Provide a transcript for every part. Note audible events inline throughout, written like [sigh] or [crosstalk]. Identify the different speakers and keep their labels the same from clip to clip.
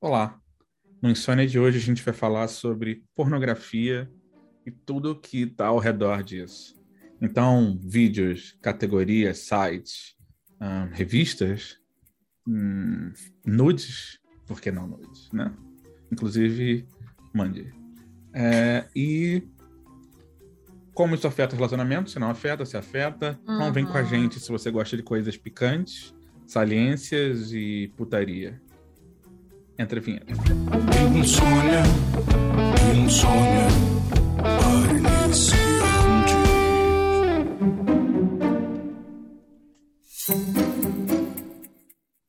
Speaker 1: Olá! No Insônia de hoje a gente vai falar sobre pornografia e tudo o que está ao redor disso. Então, vídeos, categorias, sites, ahn, revistas, hum, nudes, por que não nudes, né? Inclusive, mande. É, e como isso afeta o relacionamento, se não afeta, se afeta. Então vem com a
Speaker 2: Uhum.
Speaker 1: gente se você gosta de coisas picantes, saliências e putaria. Entra a vinheta.
Speaker 3: Insônia, insônia, para iniciante.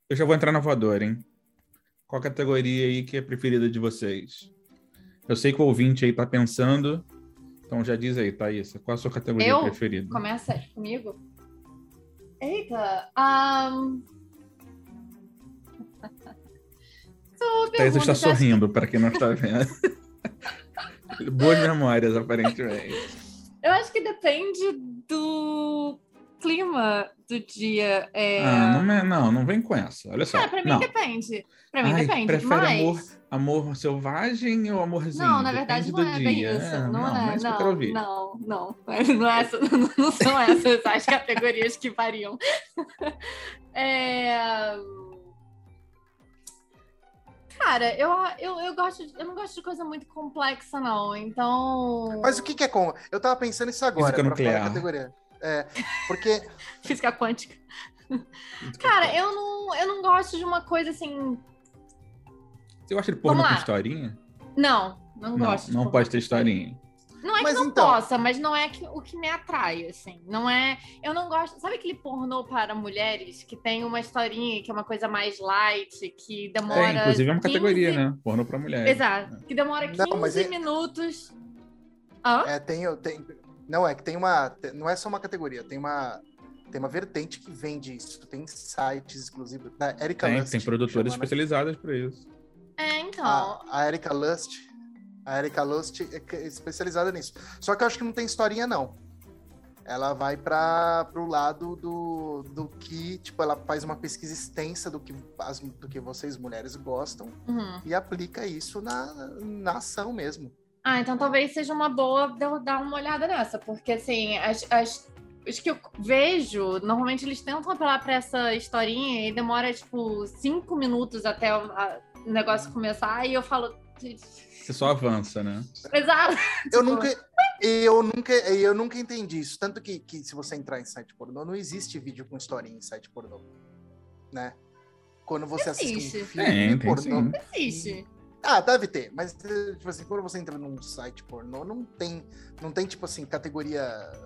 Speaker 1: Eu já vou entrar na voadora, hein? Qual categoria aí que é a preferida de vocês? Eu sei que o ouvinte aí tá pensando, então já diz aí, Thaís, qual a sua categoria
Speaker 2: Eu? é
Speaker 1: preferida?
Speaker 2: Começa comigo. Eita! ahn. [laughs] Tu
Speaker 1: Thaís
Speaker 2: pergunta
Speaker 1: está
Speaker 2: se-
Speaker 1: sorrindo, para quem não está vendo. [laughs] Boas memórias, aparentemente.
Speaker 2: Eu acho que depende do clima do dia. É...
Speaker 1: Ah, não, me- não, não vem com essa. Olha só.
Speaker 2: Ah, pra mim
Speaker 1: não.
Speaker 2: depende. Pra mim
Speaker 1: Ai,
Speaker 2: depende.
Speaker 1: prefere
Speaker 2: mas...
Speaker 1: amor amor selvagem ou amorzinho?
Speaker 2: Não, na verdade não
Speaker 1: Depende
Speaker 2: é
Speaker 1: do
Speaker 2: bem
Speaker 1: dia.
Speaker 2: isso.
Speaker 1: É,
Speaker 2: Não,
Speaker 1: não
Speaker 2: é,
Speaker 1: isso que eu
Speaker 2: não,
Speaker 1: quero ouvir.
Speaker 2: não, não. Não, é essa- [laughs] não são essas as categorias que variam. [laughs] É, Cara, eu, eu, eu, gosto de- eu não gosto de coisa muito complexa, não. Então.
Speaker 4: Mas o que, que é com? Eu tava pensando isso agora.
Speaker 1: Física
Speaker 4: pra
Speaker 1: nuclear.
Speaker 4: falar a categoria. É, porque
Speaker 2: Física quântica. Cara, eu não, eu não gosto de uma coisa assim.
Speaker 1: Você gosta de porno
Speaker 2: Vamos
Speaker 1: com
Speaker 2: lá.
Speaker 1: historinha?
Speaker 2: Não, não, gosto. de
Speaker 1: não
Speaker 2: qualquer
Speaker 1: pode ter historinha.
Speaker 2: Não é
Speaker 4: Mas
Speaker 2: que não
Speaker 4: então-
Speaker 2: possa, mas não é que- o que me atrai, assim. Não é. Eu não gosto. Sabe aquele pornô para mulheres que tem uma historinha que é uma coisa mais light, que demora.
Speaker 1: Tem, inclusive é uma
Speaker 2: 15
Speaker 1: categoria, né? Porno pra mulher.
Speaker 2: Exato. Que demora 15
Speaker 4: Não, mas é-
Speaker 2: minutos. Hã?
Speaker 4: é, tem, tem. Não, é que tem uma. te- Não é só uma categoria, tem uma. Tem uma vertente que vende isso. Tem sites exclusivos. Da Erika
Speaker 1: Tem,
Speaker 4: Lust.
Speaker 1: tem produtoras
Speaker 4: chama, né?
Speaker 1: especializadas pra isso.
Speaker 2: É, então.
Speaker 4: A, a Erika Lust. A Erika Lust é que- é especializada nisso. Só que eu acho que não tem historinha, não. Ela vai para pro lado do, do que, tipo, ela faz uma pesquisa extensa do que, as, do que vocês mulheres gostam.
Speaker 2: Uhum.
Speaker 4: e aplica isso na, na ação mesmo.
Speaker 2: Ah, então talvez seja uma boa de eu dar uma olhada nessa, porque assim, as, as- os que eu vejo, normalmente eles tentam apelar pra essa historinha e demora tipo cinco minutos até o a- o negócio começar e eu falo.
Speaker 1: Você só avança, né?
Speaker 2: Exato.
Speaker 4: Eu nunca, eu nunca, eu nunca entendi isso. Tanto que, que se você entrar em site pornô, não existe vídeo com historinha em site pornô, né? Quando você assiste
Speaker 2: Existe.
Speaker 4: um filme
Speaker 1: Tem, tem
Speaker 4: pornô,
Speaker 1: sim.
Speaker 2: Existe.
Speaker 4: ah, deve ter. Mas eh, tipo assim, quando você entra num site pornô, não tem, não tem tipo assim categoria.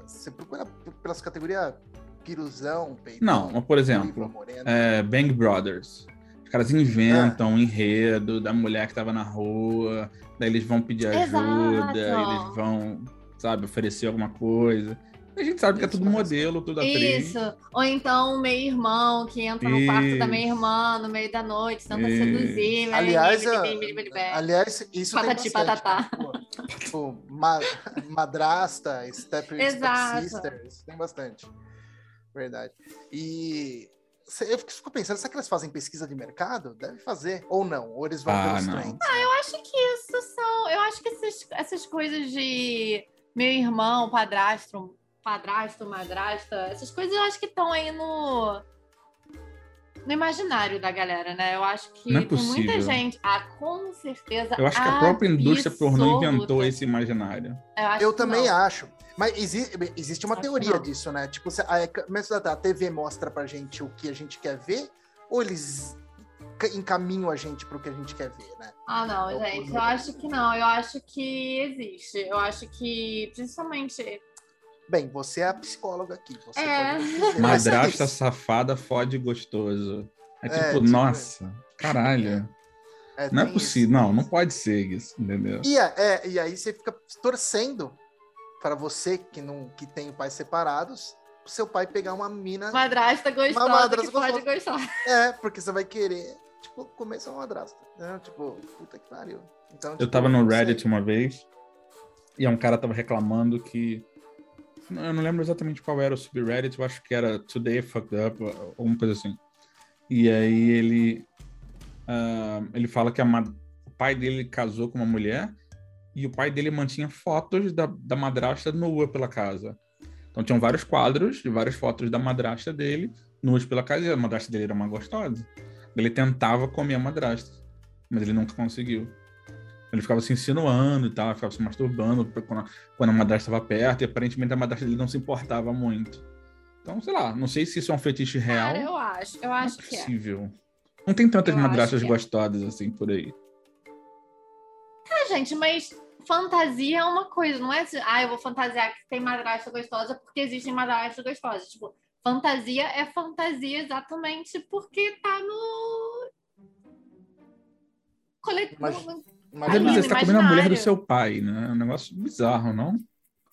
Speaker 4: Você procura p- pelas categorias piruzão, peito,
Speaker 1: Não, mas por exemplo, é, Bang Brothers. Os caras
Speaker 4: Ah.
Speaker 1: inventam um enredo da mulher que tava na rua, daí eles vão pedir
Speaker 2: Exato.
Speaker 1: ajuda, eles vão, sabe, oferecer alguma coisa. A gente sabe que é
Speaker 4: Isso,
Speaker 1: tudo
Speaker 4: mas-
Speaker 1: modelo, tudo atriz.
Speaker 2: Isso. Ou então o meio-irmão que entra no quarto da
Speaker 1: Isso.
Speaker 2: meia-irmã no meio da noite, tenta
Speaker 1: Isso.
Speaker 2: seduzir. né?
Speaker 4: Aliás,
Speaker 2: blá, blá,
Speaker 4: a-
Speaker 2: blá, blá, blá, blá.
Speaker 4: aliás, isso
Speaker 2: Patati
Speaker 4: tem bastante,
Speaker 2: patatá.
Speaker 4: né? Tipo, tipo, ma- madrasta, step,
Speaker 2: Exato.
Speaker 4: step sister, isso tem bastante. Verdade. E cê- eu fico fico pensando, será que elas fazem pesquisa de mercado? Deve fazer. Ou não, ou eles vão
Speaker 1: Ah,
Speaker 4: pelos
Speaker 1: não.
Speaker 4: trends.
Speaker 2: Eu acho que isso são. Eu acho que esses- essas coisas de meu irmão, padrasto, padrasto, madrasta, essas coisas eu acho que estão aí no. No imaginário da galera, né? Eu acho que
Speaker 1: Não é
Speaker 2: tem muita
Speaker 1: possível.
Speaker 2: gente. Ah, com certeza.
Speaker 1: Eu acho que a própria indústria pornô
Speaker 2: absoluta.
Speaker 1: inventou esse imaginário.
Speaker 2: Eu, acho
Speaker 4: Eu
Speaker 2: que
Speaker 4: também
Speaker 2: não.
Speaker 4: acho. Mas exi- existe uma
Speaker 2: Acho
Speaker 4: teoria
Speaker 2: não.
Speaker 4: disso, né? Tipo, cê- a, mas a TV mostra pra gente o que a gente quer ver, ou eles ca- encaminham a gente pro que a gente quer ver, né?
Speaker 2: Ah, não,
Speaker 4: Eu
Speaker 2: gente,
Speaker 4: fui
Speaker 2: eu
Speaker 4: no-
Speaker 2: acho que não. Eu acho que existe. Eu acho que, principalmente.
Speaker 4: Bem, você é a psicóloga aqui. Você
Speaker 2: É.
Speaker 4: pode dizer, mas é
Speaker 1: Madrasta
Speaker 4: isso.
Speaker 1: safada fode gostoso. É
Speaker 4: É,
Speaker 1: tipo,
Speaker 4: tipo-
Speaker 1: nossa, caralho. Não é
Speaker 4: tem isso.
Speaker 1: possível, não, não pode ser isso, entendeu?
Speaker 4: E, a- é, e aí você fica torcendo para você que não que tem pais separados, pro seu pai pegar uma mina.
Speaker 2: [laughs] Madrasta gostosa
Speaker 4: Uma madrasta
Speaker 2: que pode gostar.
Speaker 4: É, porque você vai querer, tipo, comer sua madrasta. né? Tipo, puta que pariu. Então,
Speaker 1: Eu
Speaker 4: tipo,
Speaker 1: tava no
Speaker 4: não sei.
Speaker 1: Reddit uma vez e um cara tava reclamando que. Eu não lembro exatamente qual era o subreddit, eu acho que era Today I Fucked Up, ou alguma coisa assim. E aí ele. ah, ele fala que a ma- o pai dele casou com uma mulher e o pai dele mantinha fotos da, da madrasta nua pela casa. Então tinham vários quadros e várias fotos da madrasta dele nuas pela casa e a madrasta dele era uma gostosa. Ele tentava comer a madrasta, mas ele nunca conseguiu. Ele ficava se insinuando e tal, ficava se masturbando pra- quando a, quando a madrasta estava perto e aparentemente a madrasta dele não se importava muito. Então, sei lá, não sei se isso é um fetiche real.
Speaker 2: Cara, eu acho. Eu
Speaker 1: Não
Speaker 2: acho
Speaker 1: é
Speaker 2: que é.
Speaker 1: possível. Não tem tantas
Speaker 2: Eu acho
Speaker 1: madrastas
Speaker 2: que é.
Speaker 1: gostosas assim por aí.
Speaker 2: Ah, gente, mas fantasia é uma coisa, não é assim, ah, eu vou fantasiar que tem madrasta gostosa porque existem madrastas gostosas. Tipo, fantasia é fantasia exatamente porque tá no. Colet...
Speaker 4: Mas-
Speaker 2: no-
Speaker 1: Mas
Speaker 4: Imagina-
Speaker 1: é bizarro, você tá comendo a mulher do
Speaker 2: imaginário.
Speaker 1: seu pai, né? É um negócio bizarro, não?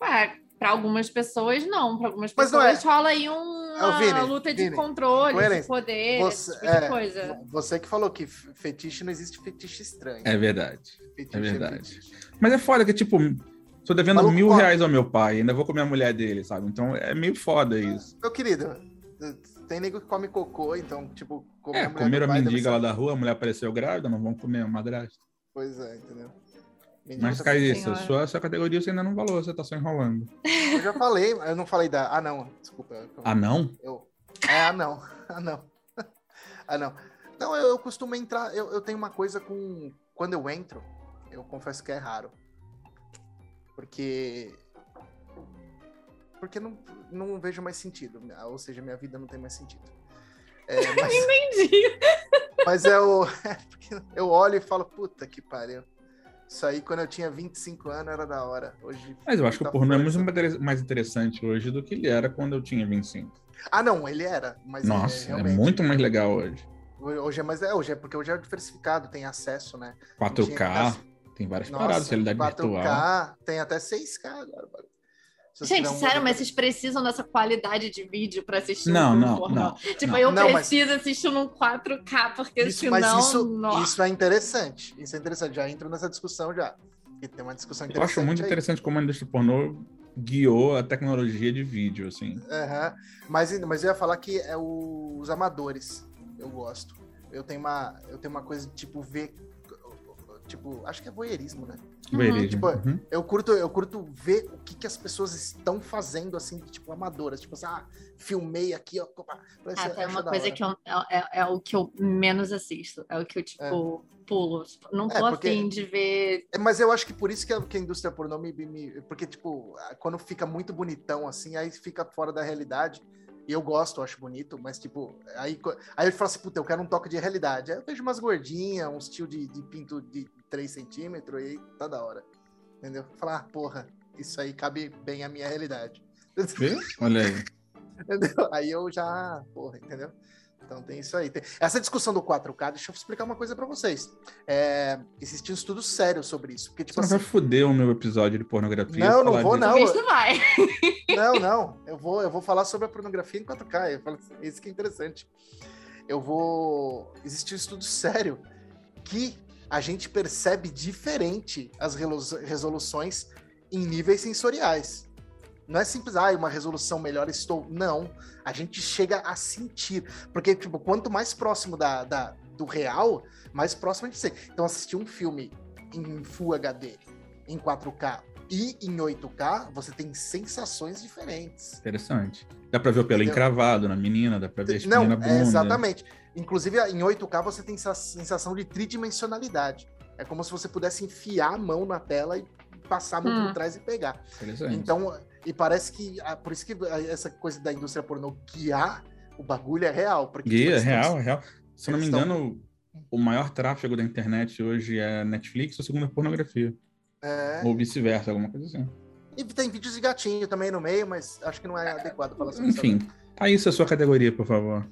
Speaker 2: Ué, pra algumas pessoas, não. Pra algumas
Speaker 4: Mas não
Speaker 2: pessoas rola aí um, uma
Speaker 4: É o Vini,
Speaker 2: luta de
Speaker 4: Vini,
Speaker 2: controle, de
Speaker 4: coerência.
Speaker 2: poder,
Speaker 4: Você-
Speaker 2: esse tipo de
Speaker 4: é,
Speaker 2: coisa.
Speaker 4: Você que falou que f- fetiche não existe fetiche estranho.
Speaker 1: É verdade.
Speaker 4: Fetiche é
Speaker 1: verdade.
Speaker 4: fetiche.
Speaker 1: Mas é foda que, tipo, tô devendo
Speaker 4: Maluco
Speaker 1: mil
Speaker 4: corre.
Speaker 1: reais ao meu pai, ainda vou comer a mulher dele, sabe? Então é meio
Speaker 4: Ah,
Speaker 1: foda isso.
Speaker 4: Meu querido, tem nego que come cocô, então, tipo, comer
Speaker 1: é,
Speaker 4: a mulher do
Speaker 1: comeram a
Speaker 4: pai deve
Speaker 1: mendiga
Speaker 4: ser-
Speaker 1: lá da rua, a mulher apareceu grávida, não vão comer a madrasta.
Speaker 4: Pois é, entendeu? Mendigo
Speaker 1: Mas,
Speaker 4: tá
Speaker 1: cai
Speaker 4: sendo-
Speaker 1: isso, a sua, a sua categoria você ainda não falou, você tá só enrolando.
Speaker 4: Eu já falei, eu não falei da. Ah, não, desculpa. Eu-
Speaker 1: Ah, não?
Speaker 4: Eu... É, ah, não. [laughs] Ah, não. Ah, não. Não, eu, eu costumo entrar. Eu, eu tenho uma coisa com. Quando eu entro, eu confesso que é raro. Porque. Porque não, não vejo mais sentido. né? Ou seja, minha vida não tem mais sentido. É,
Speaker 2: [laughs]
Speaker 4: mas,
Speaker 2: Entendi.
Speaker 4: mas eu, [laughs] é porque eu olho e falo, puta que pariu. Isso aí, quando eu tinha 25 anos, era da hora. Hoje.
Speaker 1: Mas eu acho que
Speaker 4: tá
Speaker 1: o pornô é
Speaker 4: fora
Speaker 1: muito
Speaker 4: de-
Speaker 1: mais- mais interessante hoje do que ele era quando eu tinha 25.
Speaker 4: Ah, não, ele era. Mas
Speaker 1: Nossa, é
Speaker 4: realmente.
Speaker 1: muito mais legal hoje.
Speaker 4: Hoje é mais. É, hoje é porque hoje é diversificado, tem acesso, né? Tinha
Speaker 1: 4K,
Speaker 4: acesso-
Speaker 1: tem várias
Speaker 4: Nossa,
Speaker 1: paradas, realidade
Speaker 4: 4K,
Speaker 1: virtual.
Speaker 4: tem até 6K agora. mano. Se você
Speaker 2: Gente,
Speaker 4: tiver um
Speaker 2: sério, mas
Speaker 4: monitor-
Speaker 2: vocês precisam dessa qualidade de vídeo pra assistir um
Speaker 1: Não,
Speaker 4: é
Speaker 2: filme
Speaker 1: não,
Speaker 2: pornô?
Speaker 1: não.
Speaker 2: Tipo,
Speaker 1: Não.
Speaker 2: eu
Speaker 4: Não, mas-
Speaker 2: preciso assistir num 4K, porque
Speaker 4: Isso,
Speaker 2: senão.
Speaker 4: mas isso,
Speaker 2: nossa.
Speaker 4: isso é interessante. Isso é interessante. Já entro nessa discussão já. E tem uma discussão
Speaker 1: Eu
Speaker 4: interessante.
Speaker 1: acho muito
Speaker 4: aí.
Speaker 1: interessante como a indústria pornô guiou a tecnologia de vídeo, assim.
Speaker 4: Aham. Mas, ainda- mas eu ia falar que é o- os amadores. Eu gosto. Eu tenho uma, eu tenho uma coisa de, tipo ver. Tipo, acho que é voyeurismo, né?
Speaker 2: Uhum.
Speaker 1: Verídico.
Speaker 4: Tipo,
Speaker 1: Uhum.
Speaker 4: Eu curto, eu curto ver o que, que as pessoas estão fazendo, assim, tipo, amadoras. Tipo assim, ah, filmei aqui, ó. opa, parece-
Speaker 2: Ah, tem
Speaker 4: acho
Speaker 2: uma
Speaker 4: da
Speaker 2: coisa
Speaker 4: é hora.
Speaker 2: que eu- é, é- é o que eu menos assisto. É o que eu, tipo, pulo. Tipo, Não
Speaker 4: É,
Speaker 2: tô
Speaker 4: porque-
Speaker 2: afim de ver.
Speaker 4: É, mas eu acho que por isso que a, que a indústria pornô me, me- Porque, tipo, a- quando fica muito bonitão, assim, aí fica fora da realidade. E eu gosto, eu acho bonito, mas, tipo, aí, co- aí eu falo assim, puta, eu quero um toque de realidade. Aí eu vejo umas gordinhas, uns tio de, de pinto de 3 centímetros, e aí tá da hora. Entendeu? Falar, ah, porra, isso aí cabe bem à minha realidade.
Speaker 1: Vê? Olha aí.
Speaker 4: [laughs] Entendeu? Aí eu já, "Ah, porra, entendeu? Então tem isso aí. Tem- Essa discussão do 4K, deixa eu explicar uma coisa pra vocês. É, existe um estudo sério sobre isso. Porque, tipo
Speaker 1: Você não vai
Speaker 4: assim,
Speaker 1: foder o meu episódio de pornografia.
Speaker 4: Não, não
Speaker 1: falar
Speaker 4: vou,
Speaker 1: disso.
Speaker 4: Não,
Speaker 2: Talvez
Speaker 4: eu-
Speaker 2: não vai.
Speaker 4: Não, não. Eu vou, eu vou falar sobre a pornografia em 4K. Eu falo, isso que é interessante. Eu vou. Existe um estudo sério que a gente percebe diferente as relo- resoluções em níveis sensoriais. Não é simples, ah, uma resolução melhor estou. Não. A gente chega a sentir. Porque, tipo, quanto mais próximo da, da- do real, mais próximo a gente chega. Então, assistir um filme em Full HD, em 4K e em 8K, você tem sensações diferentes.
Speaker 1: Interessante. Dá pra ver o pelo
Speaker 4: Entendeu?
Speaker 1: encravado na menina, dá pra ver a espinha
Speaker 4: Não,
Speaker 1: na
Speaker 4: é,
Speaker 1: bunda.
Speaker 4: exatamente. Inclusive, em 8K você tem essa sensação de tridimensionalidade. É como se você pudesse enfiar a mão na tela e passar a mão
Speaker 2: Hum.
Speaker 4: por trás e pegar.
Speaker 1: Interessante.
Speaker 4: Então, e parece que. ah, Por isso que ah, essa coisa da indústria pornô guiar o bagulho é real. Porque, tipo,
Speaker 1: Guia,
Speaker 4: eles tão-
Speaker 1: real, real. Se eu não me
Speaker 4: eles tão-
Speaker 1: engano, o maior tráfego da internet hoje é Netflix, o segundo é pornografia.
Speaker 4: É.
Speaker 1: Ou vice-versa, alguma coisa assim.
Speaker 4: E tem vídeos de gatinho também no meio, mas acho que não é adequado falar sobre
Speaker 1: Enfim, tá isso a sua categoria, por favor.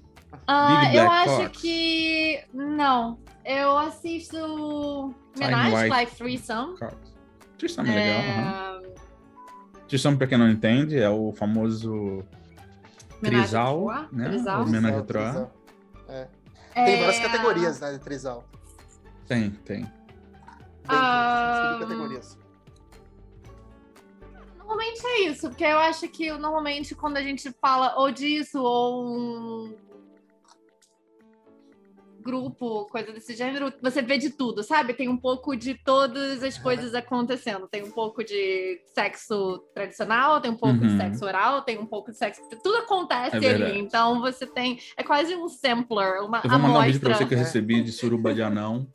Speaker 2: Ah,
Speaker 1: Big
Speaker 2: eu
Speaker 1: Black
Speaker 2: acho
Speaker 1: Fox.
Speaker 2: que. Não. Eu assisto. Menage,
Speaker 1: Wife.
Speaker 2: Like Threesome.
Speaker 1: Cox. Tissão é legal. aham.
Speaker 2: É...
Speaker 1: Tissão, pra quem não entende, é o famoso
Speaker 2: Menage à
Speaker 1: Trisal,
Speaker 2: Trois,
Speaker 1: né? O
Speaker 2: Trisal.
Speaker 1: men-
Speaker 4: sabe.
Speaker 1: Homenagem a
Speaker 4: Trisal,
Speaker 1: Troá.
Speaker 4: Trisal. Tem várias
Speaker 2: É,
Speaker 4: categorias, né, de Trisal.
Speaker 1: Tem,
Speaker 4: Tem,
Speaker 1: tem.
Speaker 4: tem
Speaker 2: Ah,
Speaker 4: subcategorias.
Speaker 2: Normalmente é isso, porque eu acho que normalmente quando a gente fala ou disso ou um grupo, coisa desse gênero, você vê de tudo, sabe? Tem um pouco de todas as coisas acontecendo. Tem um pouco de sexo tradicional, tem um pouco de
Speaker 1: Uhum.
Speaker 2: sexo oral, tem um pouco de sexo. Tudo acontece
Speaker 1: É verdade.
Speaker 2: ali. Então você tem. É quase um sampler, uma
Speaker 1: Eu vou mandar um vídeo pra
Speaker 2: amostra.
Speaker 1: você que eu recebi de suruba de anão.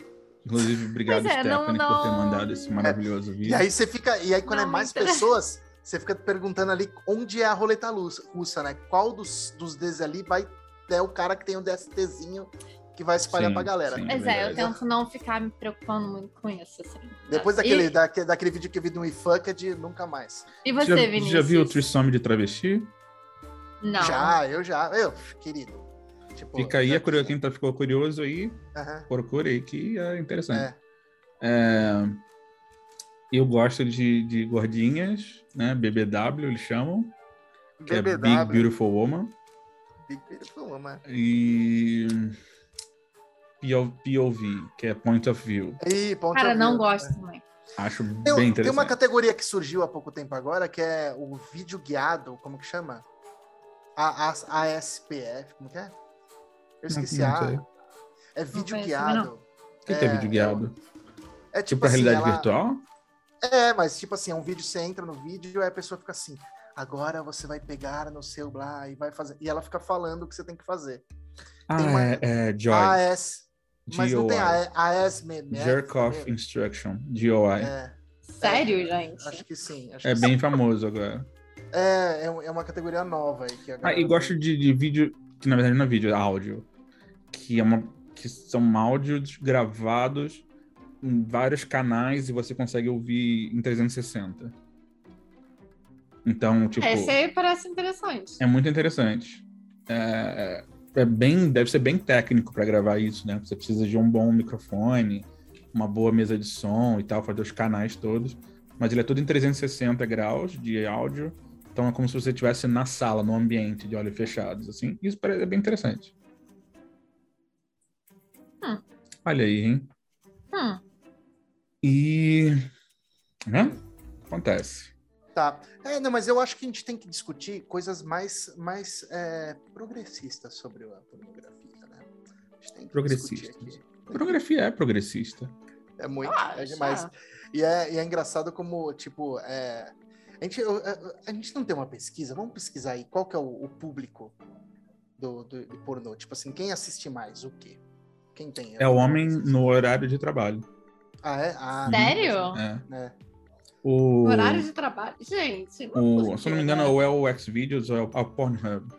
Speaker 1: Inclusive, obrigado,
Speaker 2: Pois é, não-
Speaker 1: Stephanie, por ter
Speaker 2: não-
Speaker 1: mandado esse maravilhoso vídeo.
Speaker 4: E aí você fica. E aí, quando
Speaker 2: Não,
Speaker 4: é mais
Speaker 2: então-
Speaker 4: pessoas, você fica perguntando ali onde é a roleta lus- russa, né? Qual dos, dos Ds ali vai. É o cara que tem um DSTzinho que vai espalhar
Speaker 1: Sim,
Speaker 4: pra galera.
Speaker 1: sim.
Speaker 4: né?
Speaker 2: Mas é, eu
Speaker 4: verdade.
Speaker 2: tento não ficar me preocupando muito com isso, assim.
Speaker 4: Depois
Speaker 2: E-
Speaker 4: daquele, daque- daquele vídeo que eu vi do WeFucked, nunca mais.
Speaker 2: E, você,
Speaker 1: já,
Speaker 2: Vinícius?
Speaker 1: já viu o trissome de travesti?
Speaker 2: Não.
Speaker 4: Já, eu já. Eu, querido. Tipo,
Speaker 1: Fica aí,
Speaker 4: já-
Speaker 1: a curio- quem tá- ficou curioso aí,
Speaker 4: Aham,
Speaker 1: procura aí, que é interessante.
Speaker 4: é.
Speaker 1: É, Eu gosto de, de gordinhas, né? BBW, eles chamam, que é Big
Speaker 4: BBW,
Speaker 1: Beautiful Woman.
Speaker 4: Big Beautiful Woman.
Speaker 1: E PO POV, que é Point of View.
Speaker 4: Ih, ponto
Speaker 2: Cara,
Speaker 4: de
Speaker 2: não
Speaker 4: vista.
Speaker 2: gosto também.
Speaker 1: Acho
Speaker 4: Tem,
Speaker 1: bem
Speaker 4: tem uma
Speaker 1: interessante.
Speaker 4: categoria que surgiu há pouco tempo agora, que é o vídeo guiado, como que chama? A, a- ASPF, como que é? Eu esqueci
Speaker 1: não sei.
Speaker 4: a. É vídeo
Speaker 2: conheço
Speaker 4: guiado.
Speaker 1: O que, que é
Speaker 4: é,
Speaker 1: vídeo guiado?
Speaker 4: É
Speaker 1: Tipo pra realidade
Speaker 4: ela-
Speaker 1: virtual?
Speaker 4: É, mas tipo assim, é um vídeo, você entra no vídeo e a pessoa fica assim, agora você vai pegar no seu blá e vai fazer. E ela fica falando o que você tem que fazer.
Speaker 1: Ah,
Speaker 4: uma-
Speaker 1: é, é Joy.
Speaker 4: AS. Mas não tem
Speaker 1: GOI.
Speaker 4: a- AS mesmo. né?
Speaker 1: Jerk Off Instruction, GOI.
Speaker 4: É,
Speaker 2: Sério,
Speaker 4: acho
Speaker 2: gente?
Speaker 4: que sim. acho
Speaker 1: É
Speaker 4: que
Speaker 1: bem
Speaker 4: sim.
Speaker 1: famoso agora.
Speaker 4: É, é um- é uma categoria nova aí. Que a
Speaker 1: Ah,
Speaker 4: galera
Speaker 1: e gosto de, de vídeo, que na verdade não é vídeo, é áudio. Que, é uma, que são áudios gravados em vários canais e você consegue ouvir em 360. Então, tipo,
Speaker 2: Esse aí parece interessante.
Speaker 1: é muito interessante. É, é bem, deve ser bem técnico para gravar isso, né? Você precisa de um bom microfone, uma boa mesa de som e tal, fazer os canais todos. Mas ele é tudo em 360 graus de áudio. Então é como se você estivesse na sala, no ambiente de olhos fechados, assim. Isso pare- é bem interessante.
Speaker 2: Hum.
Speaker 1: Olha aí, hein?
Speaker 2: Hum.
Speaker 1: E. Né? Acontece.
Speaker 4: Tá. É, não, mas eu acho que a gente tem que discutir coisas mais, mais é, progressistas sobre a pornografia, né? A gente tem que
Speaker 1: Progressistas.
Speaker 4: discutir aqui.
Speaker 1: Pornografia é progressista.
Speaker 4: É muito,
Speaker 2: Ah,
Speaker 4: é demais.
Speaker 2: já.
Speaker 4: E é, e é engraçado como, tipo, é, a, gente, eu- eu- a gente não tem uma pesquisa, vamos pesquisar aí qual que é o, o público do, do, de pornô. Tipo assim, quem assiste mais, o quê? Quem tem?
Speaker 1: É o homem no horário de trabalho.
Speaker 4: Ah, é? Ah,
Speaker 2: Sério?
Speaker 1: É.
Speaker 4: É.
Speaker 1: Uhum. O...
Speaker 2: Horário de trabalho. Gente,
Speaker 1: O,
Speaker 2: por
Speaker 1: se eu não
Speaker 2: quê,
Speaker 1: me engano,
Speaker 2: né?
Speaker 1: ou é o Xvideos ou é o a Pornhub,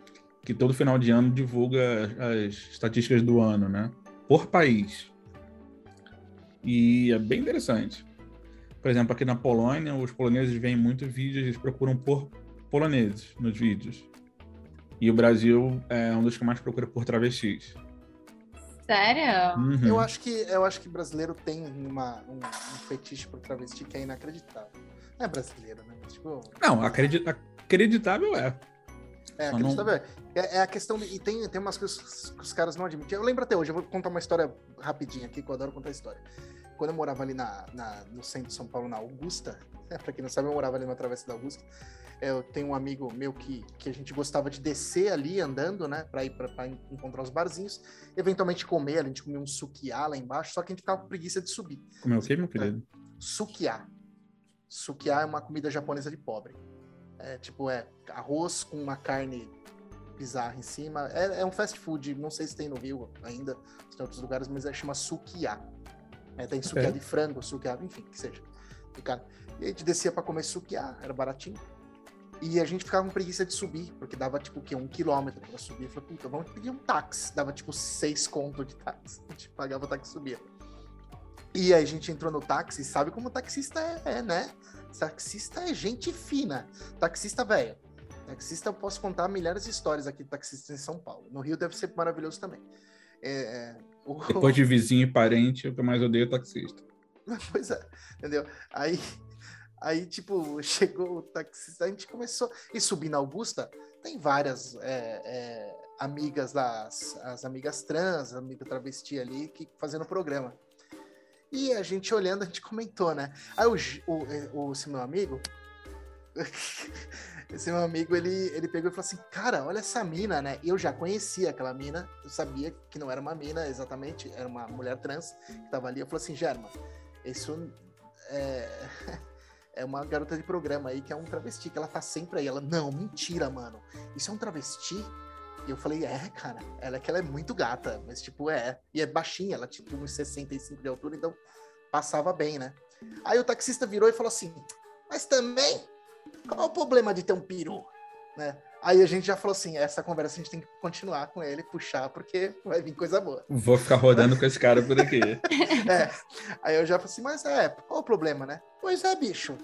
Speaker 1: que todo final de ano divulga as estatísticas do ano, né? Por país. E é bem interessante. Por exemplo, aqui na Polônia, os poloneses veem muito vídeos, eles procuram por poloneses nos vídeos. E o Brasil é um dos que mais procura por travestis.
Speaker 2: Sério?
Speaker 1: Uhum.
Speaker 4: Eu acho que eu acho que brasileiro tem uma, um, um fetiche por travesti que é inacreditável. Não é brasileiro, né? Mas, Tipo,
Speaker 1: Não, acredi- acreditável é.
Speaker 4: é
Speaker 1: Só
Speaker 4: acreditável. É, é a questão de, e tem tem umas coisas que os- que os caras não admitem. Eu lembro até hoje. Eu vou contar uma história rapidinha aqui que eu adoro contar história. Quando eu morava ali na, na- no centro de São Paulo, na Augusta, [laughs] né? pra quem não sabe, eu morava ali na travessa da Augusta. Eu tenho um amigo meu que, que a gente gostava de descer ali andando, né? Pra ir pra, pra en- encontrar os barzinhos, eventualmente comer, a gente comia um suquiá lá embaixo, só que a gente ficava com preguiça de subir.
Speaker 1: Como é o quê, meu querido?
Speaker 4: sukiá. Sukiá é uma comida japonesa de pobre. É tipo, é arroz com uma carne bizarra em cima. É, é um fast food, não sei se tem no Rio ainda, se tem em outros lugares, mas é chama sukiá. É, tem sukiá
Speaker 1: Ok.
Speaker 4: de frango, sukiá, enfim, que seja. do cara. E a gente descia pra comer sukiá, era baratinho. E a gente ficava com preguiça de subir, porque dava tipo o quê? Um quilômetro pra subir. Eu Falei, puta, vamos pedir um táxi. Dava tipo seis conto de táxi. [laughs] A gente pagava o táxi e subia. E aí a gente entrou no táxi, sabe como taxista é, é, né? Taxista é gente fina. Taxista velho. Taxista, eu posso contar milhares de histórias aqui de taxista em São Paulo. No Rio deve ser maravilhoso também. É, é, o- [laughs]
Speaker 1: Depois de vizinho e parente, o que eu mais odeio é taxista.
Speaker 4: [laughs] Pois é, entendeu? Aí, aí tipo, chegou o taxista, a gente começou. E subir na Augusta, tem várias é, é, amigas das as amigas trans, amiga travesti ali, que fazendo programa. é, E a gente olhando, a gente comentou, né? Aí o, Gi- o, eh, o- esse meu amigo, [laughs] Esse meu amigo, ele, ele pegou e falou assim: Cara, olha essa mina, né? Eu já conhecia aquela mina, eu sabia que não era uma mina exatamente, era uma mulher trans que tava ali. Eu falei assim: Germa, isso é, [laughs] é uma garota de programa aí que é um travesti, que ela tá sempre aí. Ela, não, mentira, mano. Isso é um travesti? E eu falei, é, cara, ela é que ela é muito gata, mas tipo, é. E é baixinha, ela tipo uns 65 de altura, então passava bem, né? Aí o taxista virou e falou assim, mas também, qual é o problema de ter um peru? Né? Aí a gente já falou assim, essa conversa a gente tem que continuar com ele, puxar, porque vai vir coisa boa.
Speaker 1: Vou ficar rodando com esse cara por aqui.
Speaker 4: É. Aí eu já falei assim, mas é, qual o problema, né? Pois é, bicho.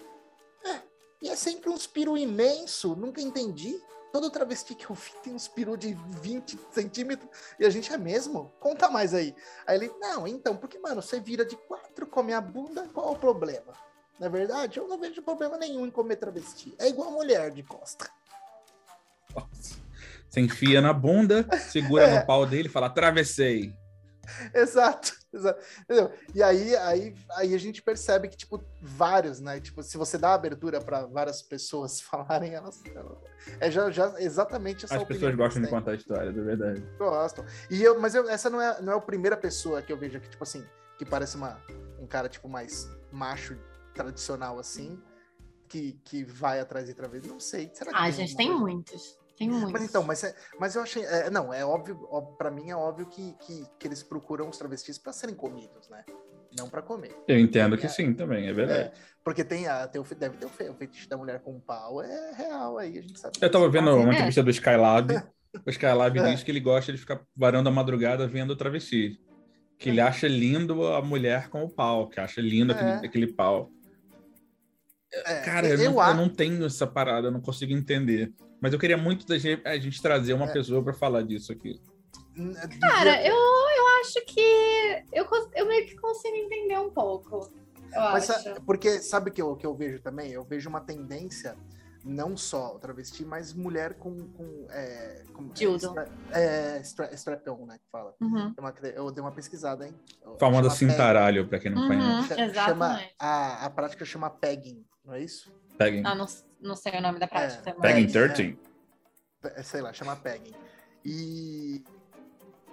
Speaker 4: É, e é sempre uns peru imenso, nunca entendi. Todo travesti que eu vi tem uns peru de 20 centímetros. E a gente é mesmo? Conta mais aí. Aí ele, não, então, porque, mano, você vira de quatro, come a bunda, qual o problema? Na verdade, eu não vejo problema nenhum em comer travesti. É igual a mulher de costa.
Speaker 1: Nossa. Você enfia na bunda, segura no pau dele e fala, atravessei.
Speaker 4: [laughs] Exato, exato. Entendeu? E aí, aí, aí a gente percebe que, tipo, vários, né? Tipo, se você dá abertura para várias pessoas [laughs] falarem, elas. elas- É já, já exatamente essa
Speaker 1: As
Speaker 4: opinião
Speaker 1: pessoas
Speaker 4: que
Speaker 1: gostam de
Speaker 4: eles têm.
Speaker 1: contar a história, da verdade.
Speaker 4: Gostam. E eu, mas eu- essa não é, não é a primeira pessoa que eu vejo aqui, tipo assim, que parece uma, um cara, tipo, mais macho, tradicional, assim, que, que vai atrás de travesti. Não sei. Será que
Speaker 2: Ah, gente, tem
Speaker 4: alguma
Speaker 2: muitos. Tem muitos.
Speaker 4: mas então, mas, é- mas eu achei. é, não, é óbvio, ó, pra mim é óbvio que, que, que eles procuram os travestis pra serem comidos, né? Não pra comer.
Speaker 1: Eu entendo que sim também, é verdade.
Speaker 4: É, porque tem a. Tem o, fe- deve ter o, fe, o fetiche da mulher com pau, é real aí, a gente sabe.
Speaker 1: Eu tava
Speaker 4: disso.
Speaker 1: vendo
Speaker 2: Nossa,
Speaker 1: uma
Speaker 2: é.
Speaker 1: entrevista do Skylab. O Skylab
Speaker 4: Assim, É.
Speaker 1: diz que ele gosta de ficar varando a madrugada vendo travesti. Que ele acha lindo a mulher com o pau, que acha lindo
Speaker 4: É.
Speaker 1: aquele, aquele pau.
Speaker 4: É,
Speaker 1: Cara, eu,
Speaker 4: eu,
Speaker 1: não,
Speaker 4: a-
Speaker 1: eu não tenho essa parada, eu não consigo entender. Mas eu queria muito da gente- a gente trazer uma
Speaker 4: É.
Speaker 1: pessoa pra falar disso aqui.
Speaker 4: n-
Speaker 2: Cara, eu, eu acho que. Eu, cons- eu meio que consigo entender um pouco. Eu
Speaker 4: Mas,
Speaker 2: acho.
Speaker 4: sa- porque sabe o que eu, que eu vejo também? Eu vejo uma tendência, não só travesti, mas mulher com. com é, como-
Speaker 2: Dildo.
Speaker 4: stra- É, stra- strap-on, né? Que fala.
Speaker 2: Uhum.
Speaker 4: Eu, eu dei uma pesquisada, hein? Eu-
Speaker 1: Famosa
Speaker 4: chama peg.
Speaker 1: cintaralho, assim, pra quem não
Speaker 2: Uhum.
Speaker 1: conhece.
Speaker 2: [laughs]
Speaker 4: Cha- Então, Chama,
Speaker 2: Exatamente.
Speaker 4: a, a prática chama pegging, não é isso?
Speaker 1: Peguem,
Speaker 2: Ah, não, não sei o nome da prática também.
Speaker 1: peguem
Speaker 4: é,
Speaker 1: 13.
Speaker 4: Pe- é, Sei lá, chama pegging. E,